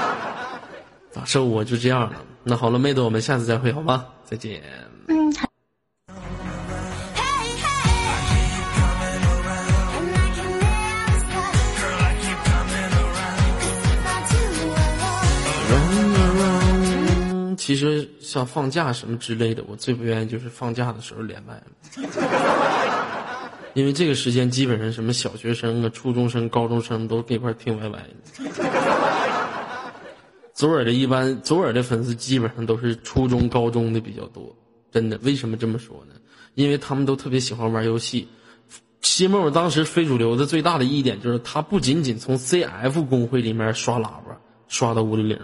S1: 咋瘦我就这样了。那好了，妹子，我们下次再会，好吗？再见。
S4: 嗯，好。
S2: Hey, hey. And I can never stop. Girl, I keep coming around. Cause if I do, I
S1: around 其实像放假什么之类的，我最不愿意就是放假的时候连麦了，因为这个时间基本上什么小学生啊、初中生、高中生都跟一块儿听 YY 的。左耳的一般，左耳的粉丝基本上都是初中、高中的比较多，真的。为什么这么说呢？因为他们都特别喜欢玩游戏。西梦当时非主流的最大的一点就是，他不仅仅从 CF 公会里面刷喇叭刷到五六零，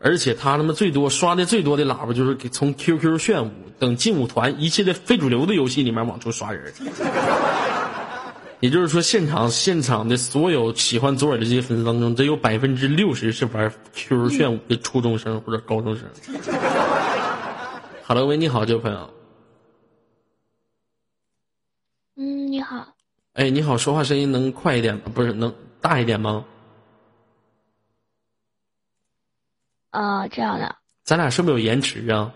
S1: 而且他他妈最多刷的最多的喇叭就是给从 QQ 炫舞等劲舞团一系列非主流的游戏里面往出刷人儿。也就是说，现场现场的所有喜欢左耳的这些粉丝当中，得有百分之六十是玩 QQ 炫舞的初中生或者高中生。好了，喂，你好，这位朋友。
S4: 嗯，你好，
S1: 哎，你好，说话声音能快一点吗？不是，能大一点吗？
S4: 呃，这样的，
S1: 咱俩是不是有延迟啊？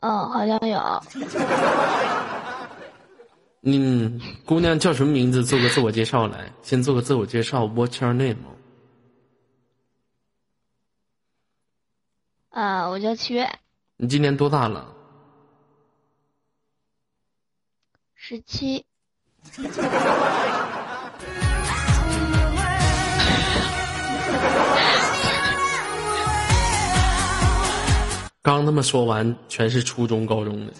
S4: 嗯，好像有，
S1: 嗯，姑娘叫什么名字？做个自我介绍来，先做个自我介绍。What's your name？
S4: 呃，我叫七月，
S1: 你今年多大了？
S4: 十七，
S1: 刚他妈说完全是初中、高中的，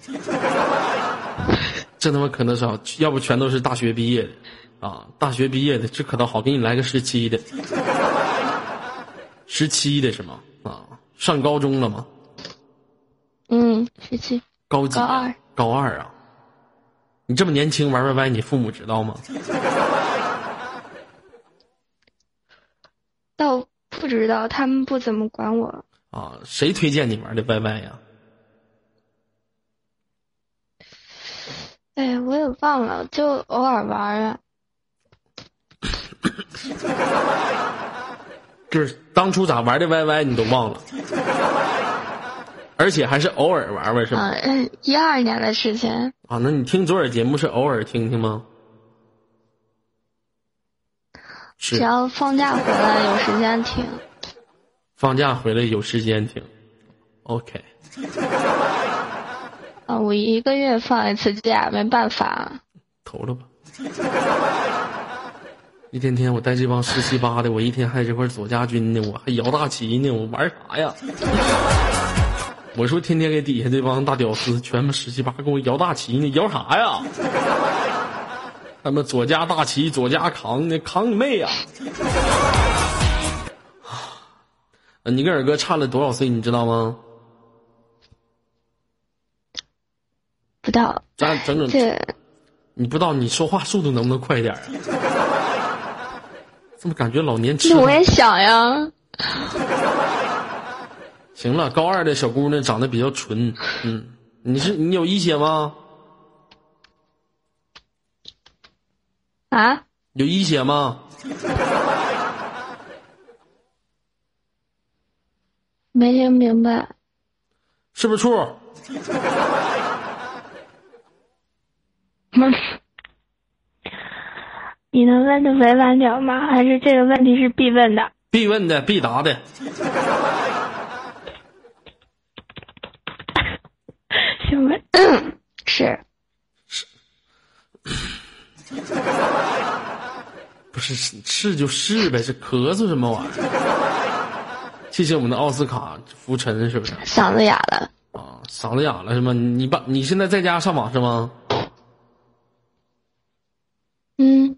S1: 这他妈可能少，要不全都是大学毕业的啊！大学毕业的这可倒好，给你来个十七的， 十七的是吗？啊，上高中了吗？
S4: 嗯，十七，
S1: 高几？
S4: 高二。
S1: 高二啊！你这么年轻玩 YY，你父母知道吗？
S5: 倒不知道，他们不怎么管我。
S1: 啊，谁推荐你玩的 YY 呀、
S5: 哎，我也忘了，就偶尔玩儿啊。
S1: 就是当初咋玩的 YY 你都忘了，而且还是偶尔玩玩是吗？
S5: 嗯，一二年的事情，
S1: 啊，那你听左耳节目是偶尔听听吗？
S5: 只
S1: 是
S5: 要放假回来有时间听。
S1: 放假回来有时间听。OK，
S5: 啊，我一个月放一次假，没办法。
S1: 投了吧。 一天天我带这帮十七八的，我一天还这块左家军呢，我还摇大旗呢，我玩啥呀？我说天天给底下这帮大屌丝全部十七八跟我摇大旗呢，摇啥呀？他们左家大旗左家扛呢，扛你妹呀、啊！你跟尔哥差了多少岁，你知道吗？
S5: 不到
S1: 咱俩整整
S5: 这
S1: 你不知道你说话速度能不能快一 点啊？怎么感觉老年痴
S5: 那我
S1: 呆？
S5: 也想呀，
S1: 行了，高二的小姑娘长得比较纯，嗯，你是你有一血吗？
S5: 啊，
S1: 有一血吗？
S5: 没听明白。
S1: 是不是处？
S5: 你能问的委婉点吗？还是这个问题是必问的？
S1: 必问的，必答的。
S5: 行 吧，是
S1: 不是是是就是呗，这咳嗽什么玩意儿？谢谢我们的奥斯卡浮尘，是不是
S5: 嗓子哑了。
S1: 啊？嗓子哑了是吗？你把你现在在家上网是吗？
S5: 嗯，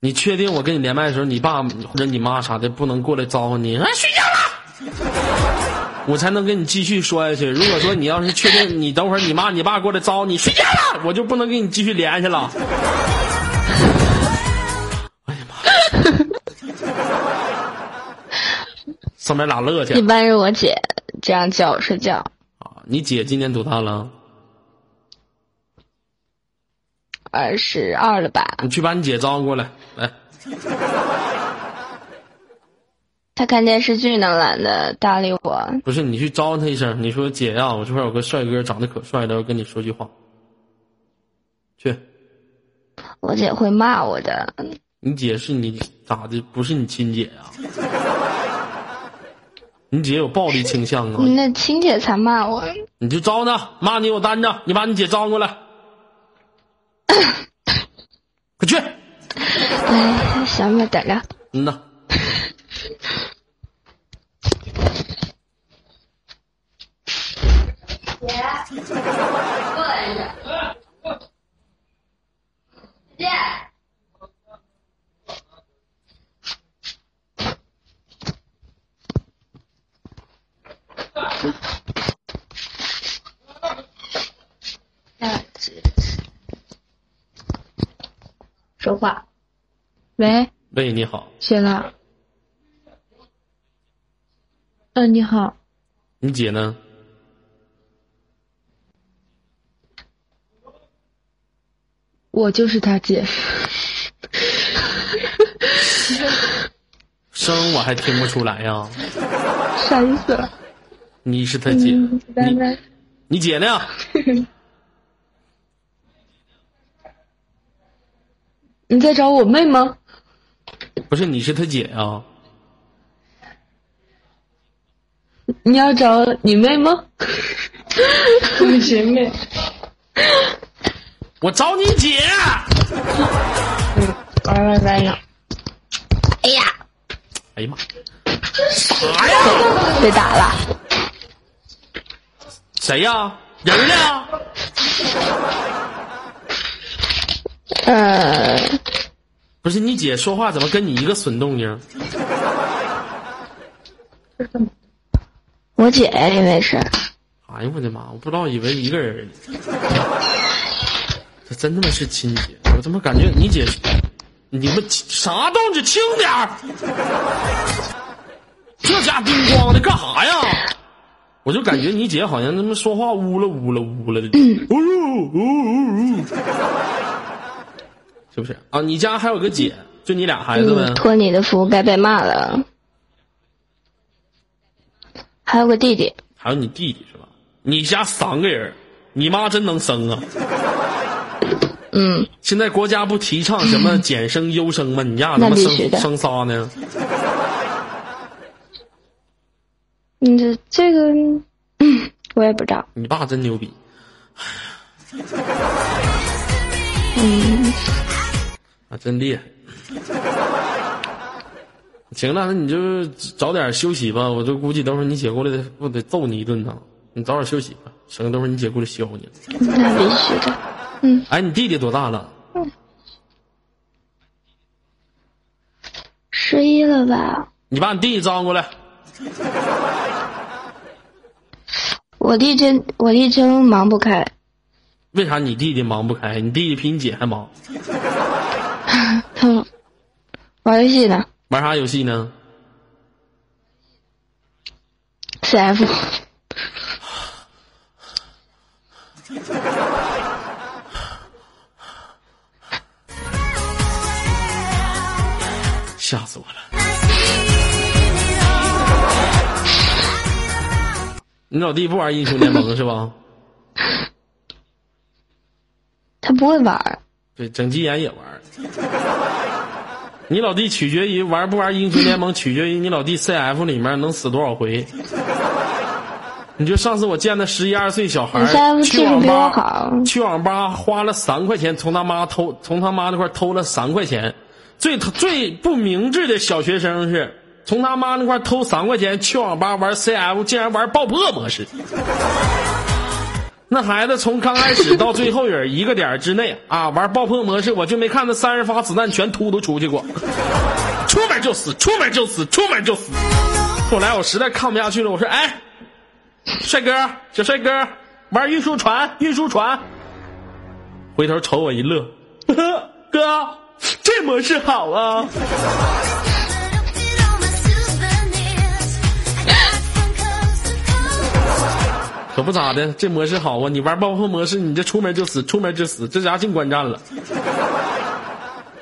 S1: 你确定我跟你连麦的时候，你爸或者你妈啥的不能过来招呼你，哎，睡觉了，我才能跟你继续说下去。如果说你要是确定你等会儿你妈你爸过来招呼你睡觉了，我就不能跟你继续联系了。哎呀妈呀！上面俩乐去
S5: 一，般是我姐
S6: 这样叫我睡觉。
S1: 啊，你姐今年多大了？
S6: 二十二了吧？
S1: 你去把你姐招过来，来，
S6: 他看电视剧能懒得搭理我，
S1: 不是你去招他一声，你说姐呀、我这块有个帅哥长得可帅了，要跟你说句话。去，
S6: 我姐会骂我的。
S1: 你姐是你咋的？不是你亲姐呀、你姐有暴力倾向啊！
S6: 那亲姐才骂我，
S1: 你就招他，骂你我担着，你把你姐招过来，快去，
S6: 哎，行吧，等着。
S1: 嗯呐。
S6: 那说话。喂，
S1: 喂，你好，
S6: 雪娜。嗯，你好。
S1: 你姐呢？
S6: 我就是他姐。
S1: 声我还听不出来呀，
S6: 啥意思？
S1: 你是她姐，
S6: 嗯
S1: 你你姐呢？
S6: 你在找我妹吗？
S1: 不是，你是她姐啊呀？
S6: 你要找你妹吗？
S3: 我学 妹，
S1: 我找你姐。啊
S6: 玩玩玩呢。哎呀，
S1: 哎呀妈，
S6: 被打了。
S1: 谁呀？人呢？
S6: 呃，
S1: 不是你姐说话怎么跟你一个损动静？
S6: 我姐因为是，
S1: 哎呦我的妈！我不知道，以为一个人呢。这真他妈是亲姐，我他妈感觉你姐，你们啥动静轻点儿！这家叮咣的干啥呀？我就感觉你姐好像他妈说话呜了呜了呜了的，呜呜呜呜，是不是啊？你家还有个姐，就你俩孩子呗
S6: 嗯，？托你的福该被骂了。还有个弟弟，
S1: 还有你弟弟是吧？你家三个人，你妈真能生啊！
S6: 嗯，
S1: 现在国家不提倡什 么减生优生吗？你家
S6: 那
S1: 怎么
S6: 必须
S1: 生
S6: 的
S1: 生仨呢？
S6: 你这这个，嗯我也不知道。
S1: 你爸真牛逼！哎嗯，啊，真厉害。行了，那你就早点休息吧。我就估计等会儿你姐过来得我得揍你一顿呐。你早点休息吧，省得等会儿你姐过来削你。
S6: 那必须的，
S1: 哎，你弟弟多大了？
S6: 十一了吧？
S1: 你把你弟弟招过来。
S6: 我弟真我弟真忙不开，
S1: 为啥你弟弟忙不开？你弟弟比你姐还忙，
S6: 他玩游戏呢
S1: 玩啥游戏呢？
S6: ，CF。
S1: 吓死我了！你老弟不玩英雄联盟是吧？
S6: 他不会玩儿，
S1: 对，整鸡眼也玩。你老弟取决于玩不玩英雄联盟，取决于你老弟 CF 里面能死多少回。你就上次我见那十一二岁小孩
S6: 你 CF
S1: 儿去
S6: 技术
S1: 网
S6: 比我
S1: 吧
S6: 好，
S1: 去网吧花了三块钱，从他妈偷，从他妈那块偷了三块钱。最最不明智的小学生是从他妈那块偷三块钱去网吧玩 CF，竟然玩爆破模式。那孩子从刚开始到最后人一个点儿之内啊，玩爆破模式，我就没看他三十发子弹全突突出去过，出门就死，出门就死，出门就死。后来我实在看不下去了，我说：“哎，帅哥，小帅哥，玩运输船，运输船。”回头瞅我一乐， 呵呵哥，这模式好啊！
S2: I looked at all my souvenirs. I got from coast to coast.
S1: 可不咋的，这模式好啊！你玩爆破模式，你这出门就死，出门就死，这家净观战了。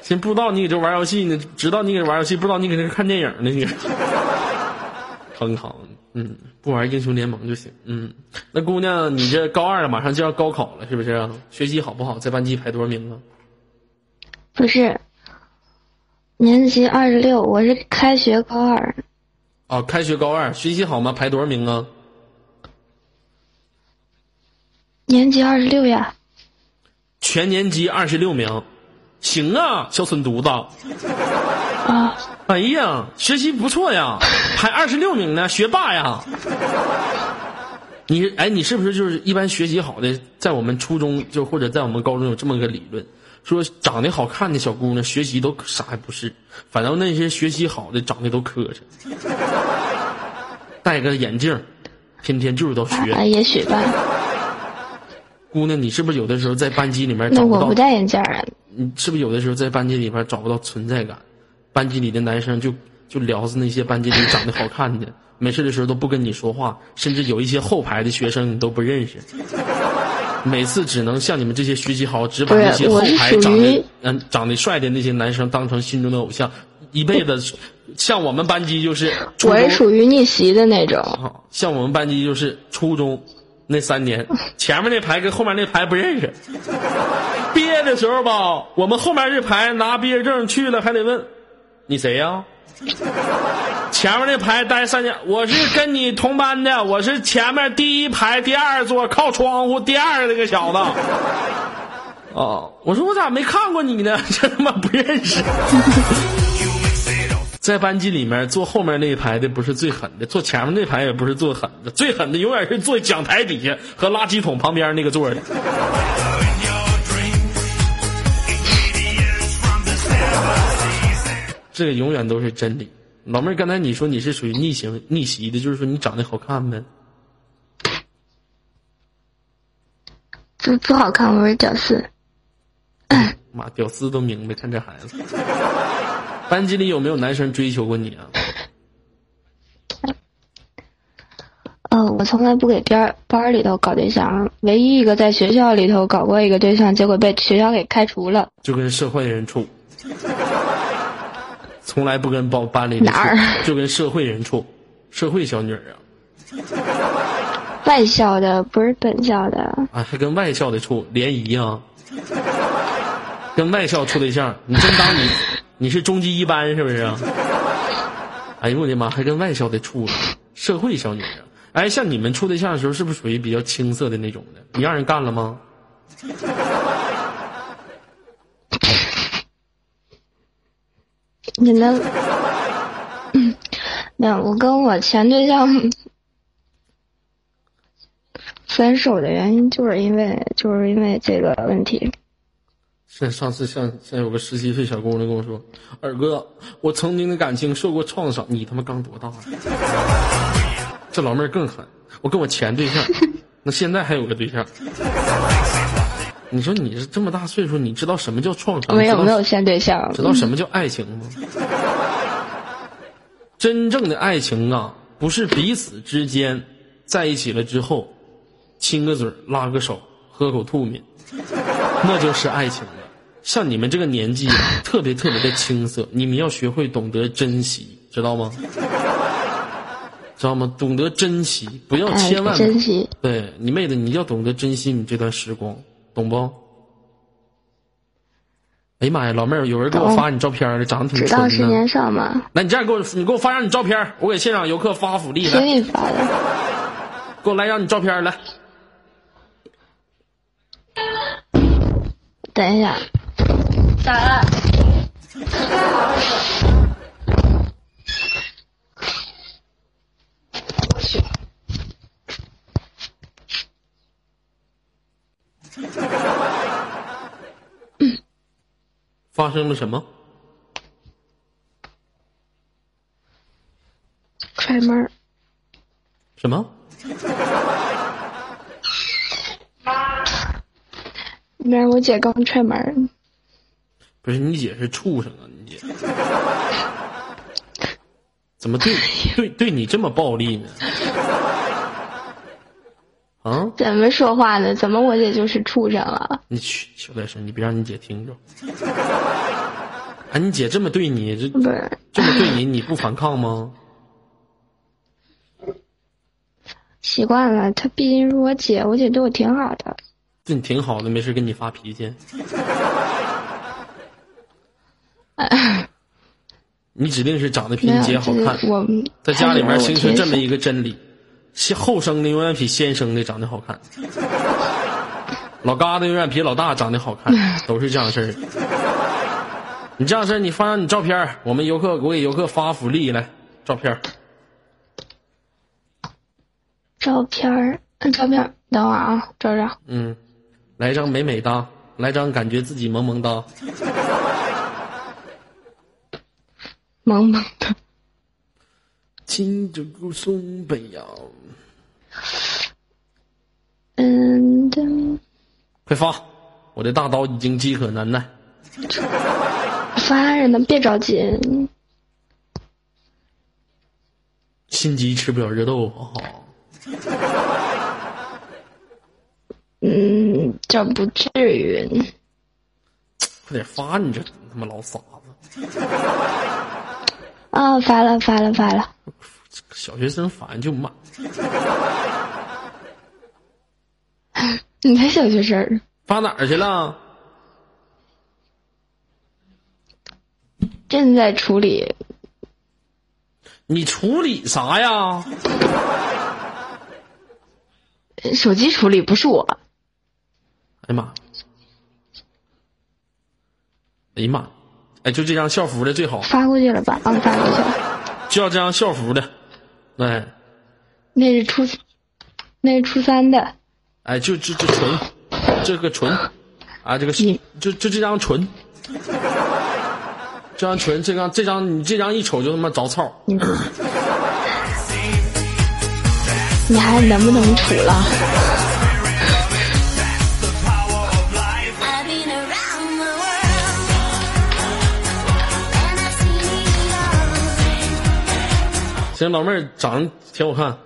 S1: 先不知道你搁这玩游戏呢，知道你搁这玩游戏，不知道你搁这看电影呢，你。坑坑，嗯，不玩英雄联盟就行，嗯。那姑娘，你这高二了，马上就要高考了，是不是、啊？学习好不好？在班级排多少名啊？
S6: 不是，年级二十六，我是开学高二，
S1: 哦，开学高二，学习好吗？排多少名啊？
S6: 年级二十六呀。
S1: 全年级二十六名，行啊，小损犊子。
S6: 啊，
S1: 哎呀，学习不错 呀，排二十六名呢，学霸呀。你哎，你是不是就是一般学习好的，在我们初中就或者在我们高中有这么个理论，说长得好看的小姑娘学习都啥也不是，反倒那些学习好的长得都磕碜，戴个眼镜，天天就是道学。
S6: 啊，也许吧。
S1: 姑娘，你是不是有的时候在班级里面
S6: 那
S1: 找不
S6: 我
S1: 到
S6: 不戴眼镜儿啊，
S1: 你是不是有的时候在班级里边找不到存在感？班级里的男生就就聊是那些班级里长得好看的， 没事的时候都不跟你说话，甚至有一些后排的学生你都不认识。 每次只能像你们这些学习好，只把
S6: 不是
S1: 那些后
S6: 我是
S1: 排
S6: 属
S1: 长得
S6: 于
S1: 嗯、长得帅的那些男生当成心中的偶像，一辈子。像我们班级就是初
S6: 我
S1: 中
S6: 是属于逆袭的那种。
S1: 啊，像我们班级就是初中那三年，前面那排跟后面那排不认识。毕业的时候吧，我们后面这排拿毕业证去了，还得问你谁呀、前面那排待三年，我是跟你同班的，我是前面第一排第二座靠窗户第二那个小子。哦，我说我咋没看过你呢？ 这他妈不认识。在班级里面坐后面那一排的不是最狠的，坐前面那排也不是最狠的，最狠的永远是坐讲台底下和垃圾桶旁边那个座的。这个永远都是真理。老妹儿，刚才你说你是属于逆行逆袭的，就是说你长得好看呗？
S6: 不不好看，我是屌丝。
S1: 妈，屌丝都明白，看这孩子。 班级里有没有男生追求过你啊？
S6: 呃，我从来不给班儿班儿里头搞对象，唯一一个在学校里头搞过一个对象，结果被学校给开除了。
S1: 就跟社会人处，从来不跟班班里的
S6: 哪儿
S1: 处就跟社会人处，社会小女儿啊，
S6: 外校的不是本校的，
S1: 啊还跟外校的处联谊啊，跟外校处对象，你真当你你是中级一班是不是啊？哎呦我的妈，还跟外校的处了，社会小女儿。哎，像你们处对象的时候，是不是属于比较青涩的那种的？你让人干了吗？
S6: 你 能？嗯没有，我跟我前对象 分手的原因就是因为就是因为这个问题。
S1: 是上次像像有个十七岁小姑娘跟我说：“二哥，我曾经的感情受过创伤。”你他妈刚多大呀？ 这老妹儿更狠，我跟我前对象，那现在还有个对象。 你说你是这么大岁数，你知道什么叫创伤？
S6: 没有
S1: 啊知道
S6: 没有现对象，
S1: 知道什么叫爱情吗？真正的爱情啊，不是彼此之间在一起了之后，亲个嘴儿、拉个手、喝口吐沫，那就是爱情了。像你们这个年纪，啊特别特别的青涩，你们要学会懂得珍惜，知道吗？知道吗？懂得珍惜，不要
S6: 哎
S1: 千万、
S6: 珍惜。
S1: 对你妹子，你要懂得珍惜你这段时光，懂不？哎呀妈呀，老妹儿，有人给我
S6: 懂
S1: 发你照片儿了，长得挺
S6: 直到十
S1: 纯
S6: 年
S1: 的。
S6: 少嘛，
S1: 来，你这样给我，你给我发张你照片儿，我给现场游客发福利
S6: 谁
S1: 来，
S6: 给你发的？
S1: 给我来张你照片儿来。
S6: 等一下，咋了？
S1: 发生了什么？
S6: 踹门儿。
S1: 什么？
S6: 那是我姐刚踹门儿，
S1: 不是你姐是畜生啊！你姐怎么对对对你这么暴力呢？啊！
S6: 怎么说话呢？怎么我姐就是畜生啊了？
S1: 你去，小点声，你别让你姐听着。啊，你姐这么对你，这
S6: 不是，
S1: 这么对你，你不反抗吗？
S6: 习惯了，她毕竟是我姐，我姐对我挺好的。
S1: 对你挺好的，没事跟你发脾 气。你指定是长得比
S6: 没
S1: 你
S6: 有，
S1: 姐好
S6: 就是
S1: 看，
S6: 我
S1: 在家
S6: 哎
S1: 里面形成这么
S6: 一
S1: 一个真理：先后生的永远比先生的长得好看，老疙瘩永远比老大长得好看，都是这样事儿。你这样式儿，你发上你照片儿，我们游客我给游客发福利来，照片儿
S6: 照片儿，嗯照片儿，等会儿啊，找找。
S1: 嗯，来一张美美哒，来一张感觉自己萌萌哒。
S6: 萌萌的，
S1: 青竹松本摇，
S6: 嗯，嗯
S1: 快发！我的大刀已经饥渴难耐。
S6: 发着呢，别着急。
S1: 心急吃不了热豆腐，啊
S6: 嗯，这不至于。
S1: 快点发！你这他妈老傻子，
S6: 啊、发了，发了，发了。
S1: 小学生反应就慢。
S6: 你才小学生儿，
S1: 发哪儿去了？
S6: 正在处理。
S1: 你处理啥呀？
S6: 手机处理不是我，
S1: 哎呀妈！哎呀妈！哎，就这张校服的最好，
S6: 发过去了吧？啊、发过去了。
S1: 就要这张校服的。哎
S6: 那是初，那是初三的。
S1: 哎，就就就纯，这个纯，啊，这个
S6: 你
S1: 就就这张纯，这张纯，这张这张你这张一瞅就他妈着操。
S6: 你还能不能处了？
S2: I've been around the world and I've seen it all.
S1: 行，老妹儿长得挺好 看，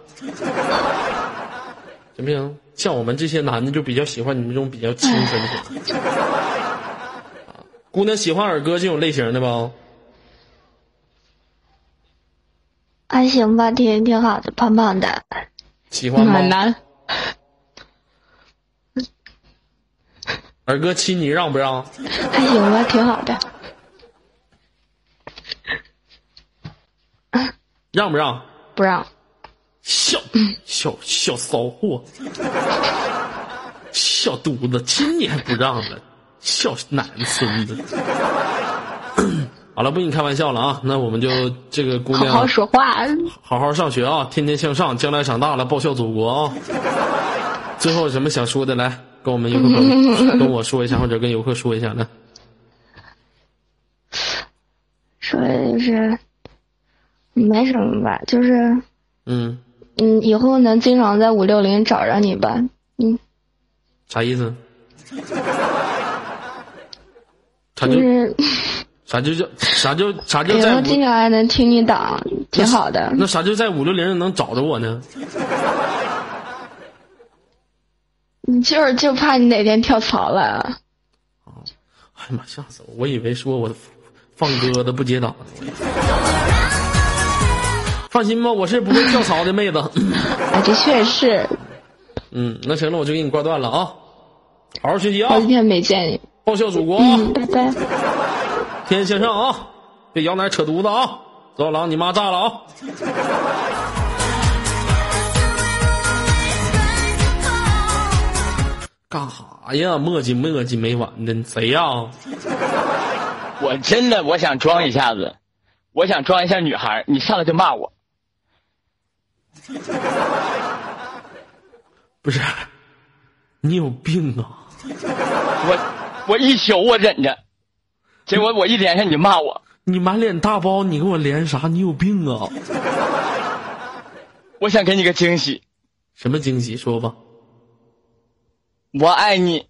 S1: 行不行？像我们这些男的就比较喜欢你们这种比较清纯的型。 姑娘喜欢尔哥这种类型的吧？
S6: 还行吧，挺挺好的，胖胖的，
S1: 喜欢
S6: 暖
S1: 吗？
S6: 男。
S1: 尔哥亲你让不让？
S6: 还行吧，挺好的。
S1: 让不让？
S6: 不让，
S1: 小
S6: 嗯
S1: 小小骚货，小犊子，亲你还不让了，小男孙 子。好了，不跟你开玩笑了啊！那我们就这个姑
S6: 好
S1: 娘，
S6: 好说 话。
S1: 好好上学啊，天天向上，将来长大了报效祖国啊！最后有什么想说的，来跟我们游客朋 友跟我说一下，或者跟游客说一下来。
S6: 说的就是没什么吧，就是
S1: 嗯，
S6: 嗯，以后能经常在五六零找着你吧。嗯，
S1: 啥意思？啥
S6: 就哎
S1: 就是啥就叫啥就啥就
S6: 以
S1: 在
S6: 后
S1: 五
S6: 经常还能听你档，挺好的。
S1: 那啥就在五六零能找着我呢？
S6: 你就是就怕你哪天跳槽了。
S1: 哎呀妈，吓死我！我以为说我放鸽子不接档呢。放心吧，我是不会跳槽的妹子。
S6: 啊，的确是，
S1: 嗯，那行了，我就给你挂断了啊！好好学习啊！
S6: 好几天没见你。
S1: 报效祖国，
S6: 嗯，拜拜。
S1: 天天向上啊！别摇奶扯犊子啊！走老狼，你妈炸了啊！干哈呀？磨叽磨叽没完啊的，你谁呀、
S7: 我真的我想装一下子，我想装一下女孩儿，你上来就骂我，
S1: 不是，你有病啊！
S7: 我我一宿我忍着，结果我一连上你就骂我，
S1: 你满脸大包，你给我连啥？你有病啊！
S7: 我想给你个惊喜，
S1: 什么惊喜？说吧。
S7: 我爱你，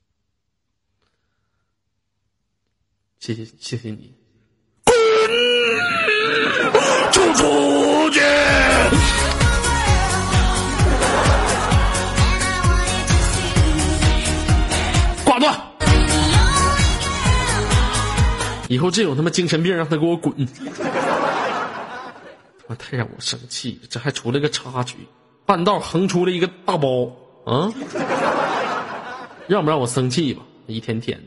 S1: 谢谢谢谢你。滚，就出去！
S2: And I wanna
S1: 以后这种他妈精神病让他给我滚！他妈太让我生气，这还出了个插曲，半道横出了一个大包啊！让不让我生气吧？一天天的。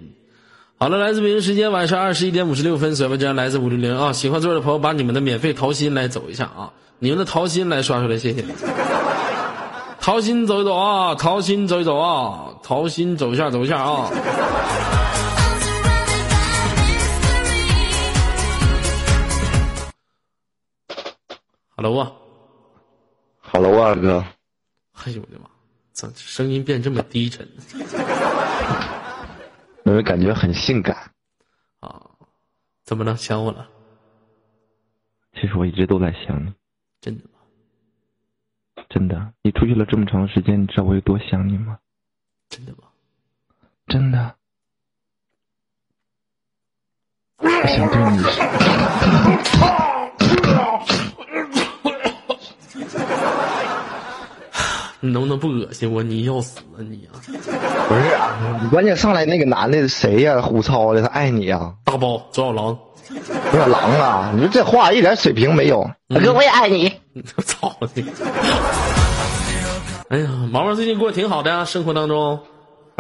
S1: 好了，来自北京时间晚上二十一点五十六分，甩文章来自五零零啊！喜欢座的朋友，把你们的免费桃心来走一下啊！你们的桃心来刷出来，谢 谢。桃心走一走啊，桃心走一走啊，桃心走一下走一下啊！Hello 啊！
S8: 好了啊，哥，
S1: 哎呦我的妈！咋声音变这么低沉
S8: 因为呃感觉很性感。
S1: 啊？怎么了？想我了？
S8: 其实我一直都在想你，
S1: 真的吗？
S8: 真的。你出去了这么长时间，你知道我有多想你吗？
S1: 真的吗？
S8: 真的。我想对你说，
S1: 你能不能不恶心我？你要死啊你啊！
S8: 不是、啊，关键上来那个男的谁呀、胡操啊的，他爱你呀、
S1: 大包左小狼，
S8: 有点狼啊！你说这话一点水平没有。嗯哥，我也爱你。
S1: 我 操你！哎呀，毛毛最近过得挺好的啊，生活当中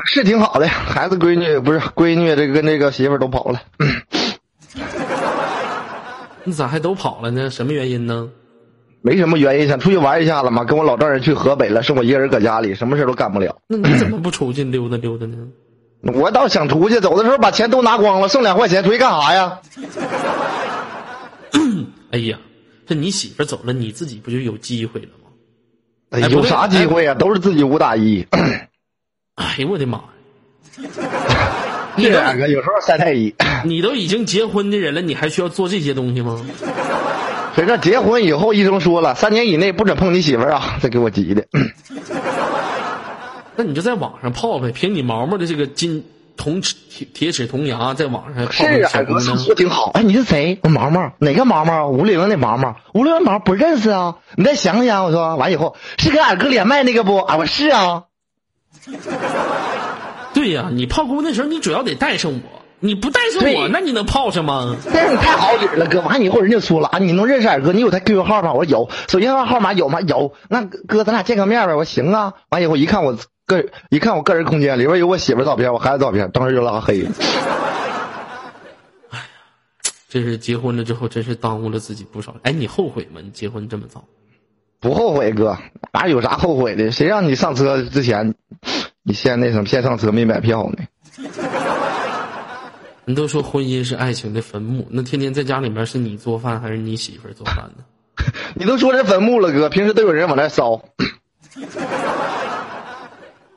S8: 是挺好的，孩子、闺女不是闺女，这个跟这个媳妇儿都跑了。嗯
S1: 你咋还都跑了呢？什么原因呢？
S8: 没什么原因，想出去玩一下子嘛。跟我老丈人去河北了，剩我一个人搁家里，什么事都干不了。
S1: 那你怎么不出去溜达溜达呢？
S8: 我倒想出去，走的时候把钱都拿光了，剩两块钱出去干啥呀？
S1: 哎呀，这你媳妇儿走了，你自己不就有机会了吗？
S8: 哎
S1: 哎不
S8: 有
S1: 对
S8: 啥机会呀、都是自己五打 一。
S1: 哎呦我的妈 呀！
S8: 是啊，哥，有时候三带一。
S1: 你都已经结婚的人了，你还需要做这些东西吗？
S8: 谁知道结婚以后，医生说了，三年以内不准碰你媳妇儿啊！这给我急的。
S1: 那你就在网上泡呗，凭你毛毛的这个金铜齿铁铁齿铜牙，在网上还泡
S8: 是
S1: 个
S8: 啊
S1: 小，姑
S8: 哥，
S1: 娘
S8: 是说挺好。哎，你是谁？我毛毛，哪个毛毛？五六零的毛毛，五六零毛不认识啊。你再想想，我说完以后是跟俺哥连麦那个不？啊，我是啊。
S1: 对呀、你泡姑娘的时候，你主要得带上我，你不带上我，
S8: 对
S1: 那你能泡上吗？
S8: 但是你太好使了，哥。完以后人家说了啊，你能认识俺哥？你有他 QQ 号吗？我说有，手机号号码有吗？有。那哥，咱俩见个面呗。我说行啊。完以后一看我个，一看我个人空间里边有我媳妇儿照片，我孩子照片，当时就拉黑了。
S1: 这是结婚了之后，真是耽误了自己不少。哎，你后悔吗？你结婚这么早？
S8: 不后悔，哥，哪有啥后悔的？谁让你上车之前，你先那什么，先上车没买票呢？
S1: 人都说婚姻是爱情的坟墓，那天天在家里面是你做饭还是你媳妇儿做饭呢？
S8: 你都说这坟墓了，哥，平时都有人往那烧。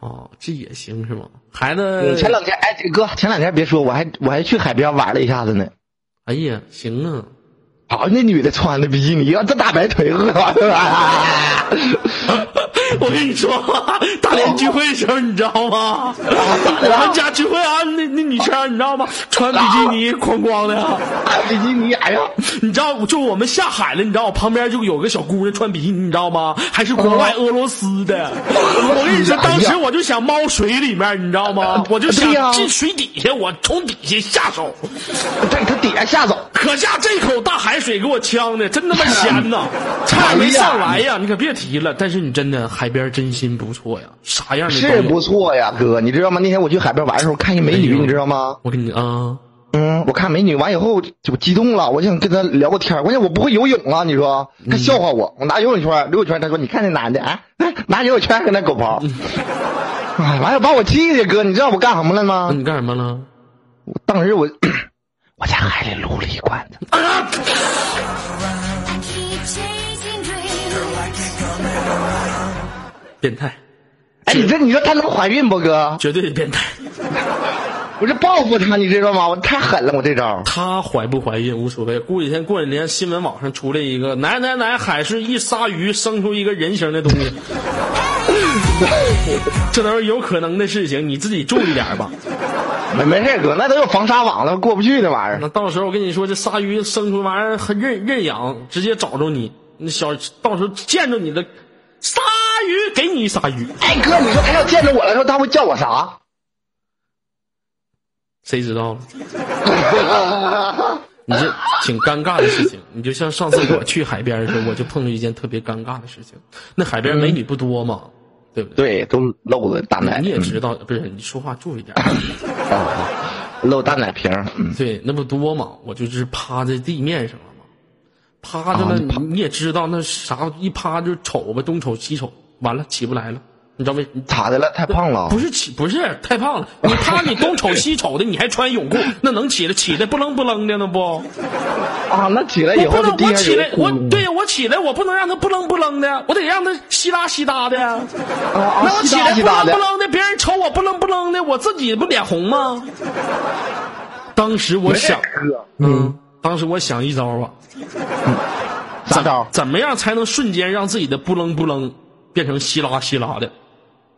S1: 哦，这也行是吗？孩子
S8: 嗯，前两天，哎，哥，前两天别说，我还我还去海边玩了一下子呢。
S1: 哎呀，行啊，
S8: 好，那女的穿的比基尼，啊这大白腿，哎啊
S1: 我跟你说，大连聚会的时候，你知道吗？我们家聚会啊，那那女生你知道吗？穿比基尼哐哐的啊，
S8: 比基尼，哎呀，
S1: 你知道，就我们下海了，你知道，我旁边就有个小姑娘穿比基尼，你知道吗？还是国
S8: 啊
S1: 外俄罗斯 的。我跟你说，当时我就想猫水里面，你知道 吗？我就
S8: 对哎呀
S1: 想进水底下，我从底下下手，
S8: 在他底下吓走。
S1: 可下这口大海水给我呛的，真他妈咸 呐，差点没上
S8: 哎
S1: 来呀！你可别提了。但是你真的海边真心不错呀，啥样的都
S8: 是
S1: 有
S8: 不错呀，哥，你知道吗？那天我去海边玩的时候，看一美
S1: 哎
S8: 女，
S1: 呦
S8: 你知道吗？
S1: 我跟你啊，
S8: 嗯，我看美女完以后就激动了，我想跟她聊个天儿。关键我不会游泳啊，你说她笑话我，我拿游泳圈儿，游泳圈儿，她说你看那男的啊，拿游泳圈儿搁那狗刨，哎，完了把我气的，哥，你知道我干什么了
S1: 那
S8: 吗？
S1: 你干什么了？
S8: 我当时我 我在海里撸了一罐子，
S2: I keep chasing dreams.
S1: 变态，
S8: 哎，你这你说她能怀孕不，哥？
S1: 绝对的变态。
S8: 我这报复她，你知道吗？我太狠了，我这招。
S1: 她怀不怀孕无所谓，过几天过两天新闻网上出来一个哪哪哪海是一鲨鱼生出一个人形的东西， 这都是有可能的事情，你自己注意点吧。
S8: 没哎没事，哥，那都有防沙网了，过不去那玩意儿。
S1: 那到时候我跟你说，这鲨鱼生出玩意儿很认认养，直接找着你，那小到时候见着你的鲨鱼给你一鲨鱼，
S8: 哎，哥，你说她要见着我了，时候，她会叫我啥？
S1: 谁知道了？你这挺尴尬的事情。你就像上次我去海边的时候，我就碰着一件特别尴尬的事情。那海边美女不多嘛，对不对？
S8: 对，都露了大奶，
S1: 你也知道，不是你说话注意点。
S8: 嗯啊露大奶瓶儿，嗯
S1: 对，那不多嘛，我就是趴在地面上了嘛，趴着
S8: 啊
S1: 了，
S8: 你趴
S1: 你也知道那啥，一趴就瞅吧，东瞅西瞅，完了起不来了，你知道为你
S8: 咋的了？太胖了
S1: 不？是起，不是太胖了，你趴你东瞅西瞅的，你还穿 泳裤，那能起来起来不楞不楞的那不？
S8: 啊，那起来以
S1: 我不
S8: 后
S1: 能
S8: 就地
S1: 我
S8: 上
S1: 起
S8: 有
S1: 来我对我起来我不能让他不楞不楞的，我得让他稀拉稀搭的呀。
S8: 啊啊，
S1: 那我
S8: 稀
S1: 起
S8: 搭
S1: 来
S8: 稀
S1: 不
S8: 搭
S1: 楞
S8: 的
S1: 不，楞的，别人瞅我不楞不楞的，我自己不脸红吗？当时我想，嗯，当时我想一招啊，
S8: 啥招儿
S1: 怎么样才能瞬间让自己的不楞不楞变成稀拉稀拉的？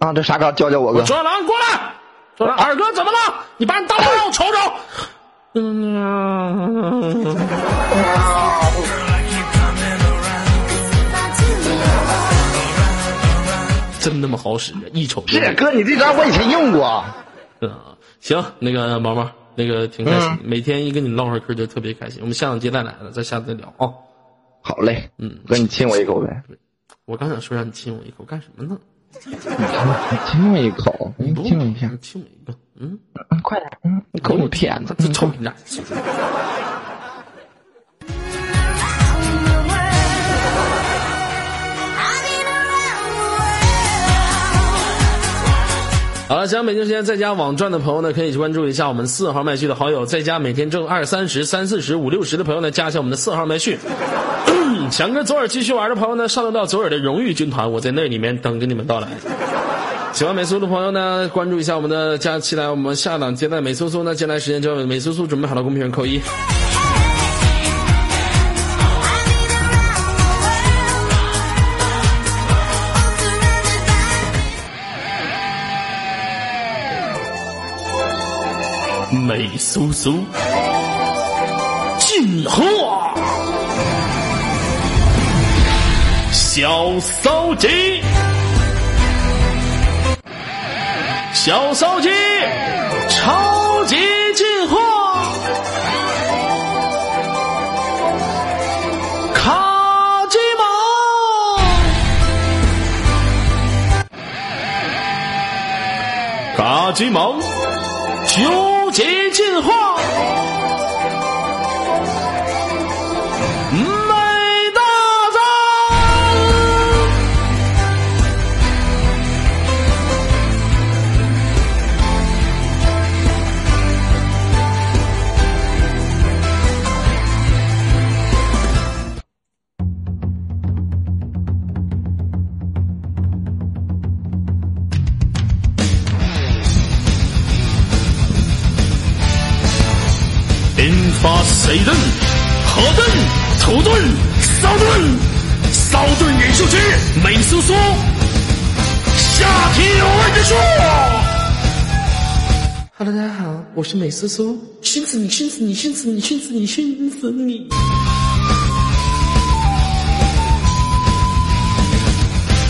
S8: 啊？这啥招儿？教教我
S1: 我
S8: 哥。
S1: 说郎过来，说郎二哥怎么了？你把你大佬让我瞅瞅。嗯，真那么好使啊！一瞅就是
S8: 哥，你这招我以前用过。
S1: 嗯，行，那个毛毛，那个挺开心，
S8: 嗯
S1: 每天一跟你唠会儿嗑就特别开心。我们下档接再来了，再下次再聊啊、
S8: 好嘞，
S1: 嗯
S8: 哥，你亲我一口呗。
S1: 我刚想说让你亲我一口，干什么呢？
S8: 你 亲我一口，你
S1: 不
S8: 亲我一下，
S1: 你亲我一个，嗯，
S8: 嗯快点，嗯，你口你骗子，
S1: 这臭你俩。好了，想北京时间在家网赚的朋友呢，可以去关注一下我们四号麦序的好友，在家每天挣二三十、三四十、五六十的朋友呢，加一下我们的四号麦序。想跟左耳继续玩的朋友呢，上升到左耳的荣誉军团，我在那里面等着你们到来。喜欢美苏的朋友呢，关注一下我们的加，期待我们下档接待美苏苏呢，接下来时间交给美苏苏准备好了，公屏上扣一。美苏苏，进化，小骚鸡，小骚鸡，超级进化，卡基毛，卡基毛。究极进化，美大战。引发谁盾、何盾、土盾、骚盾、骚盾忍术之美苏苏，下体有爱之术。Hello，大家好，我是美苏苏，熏死你，熏死你，熏死你，熏死你，熏死你。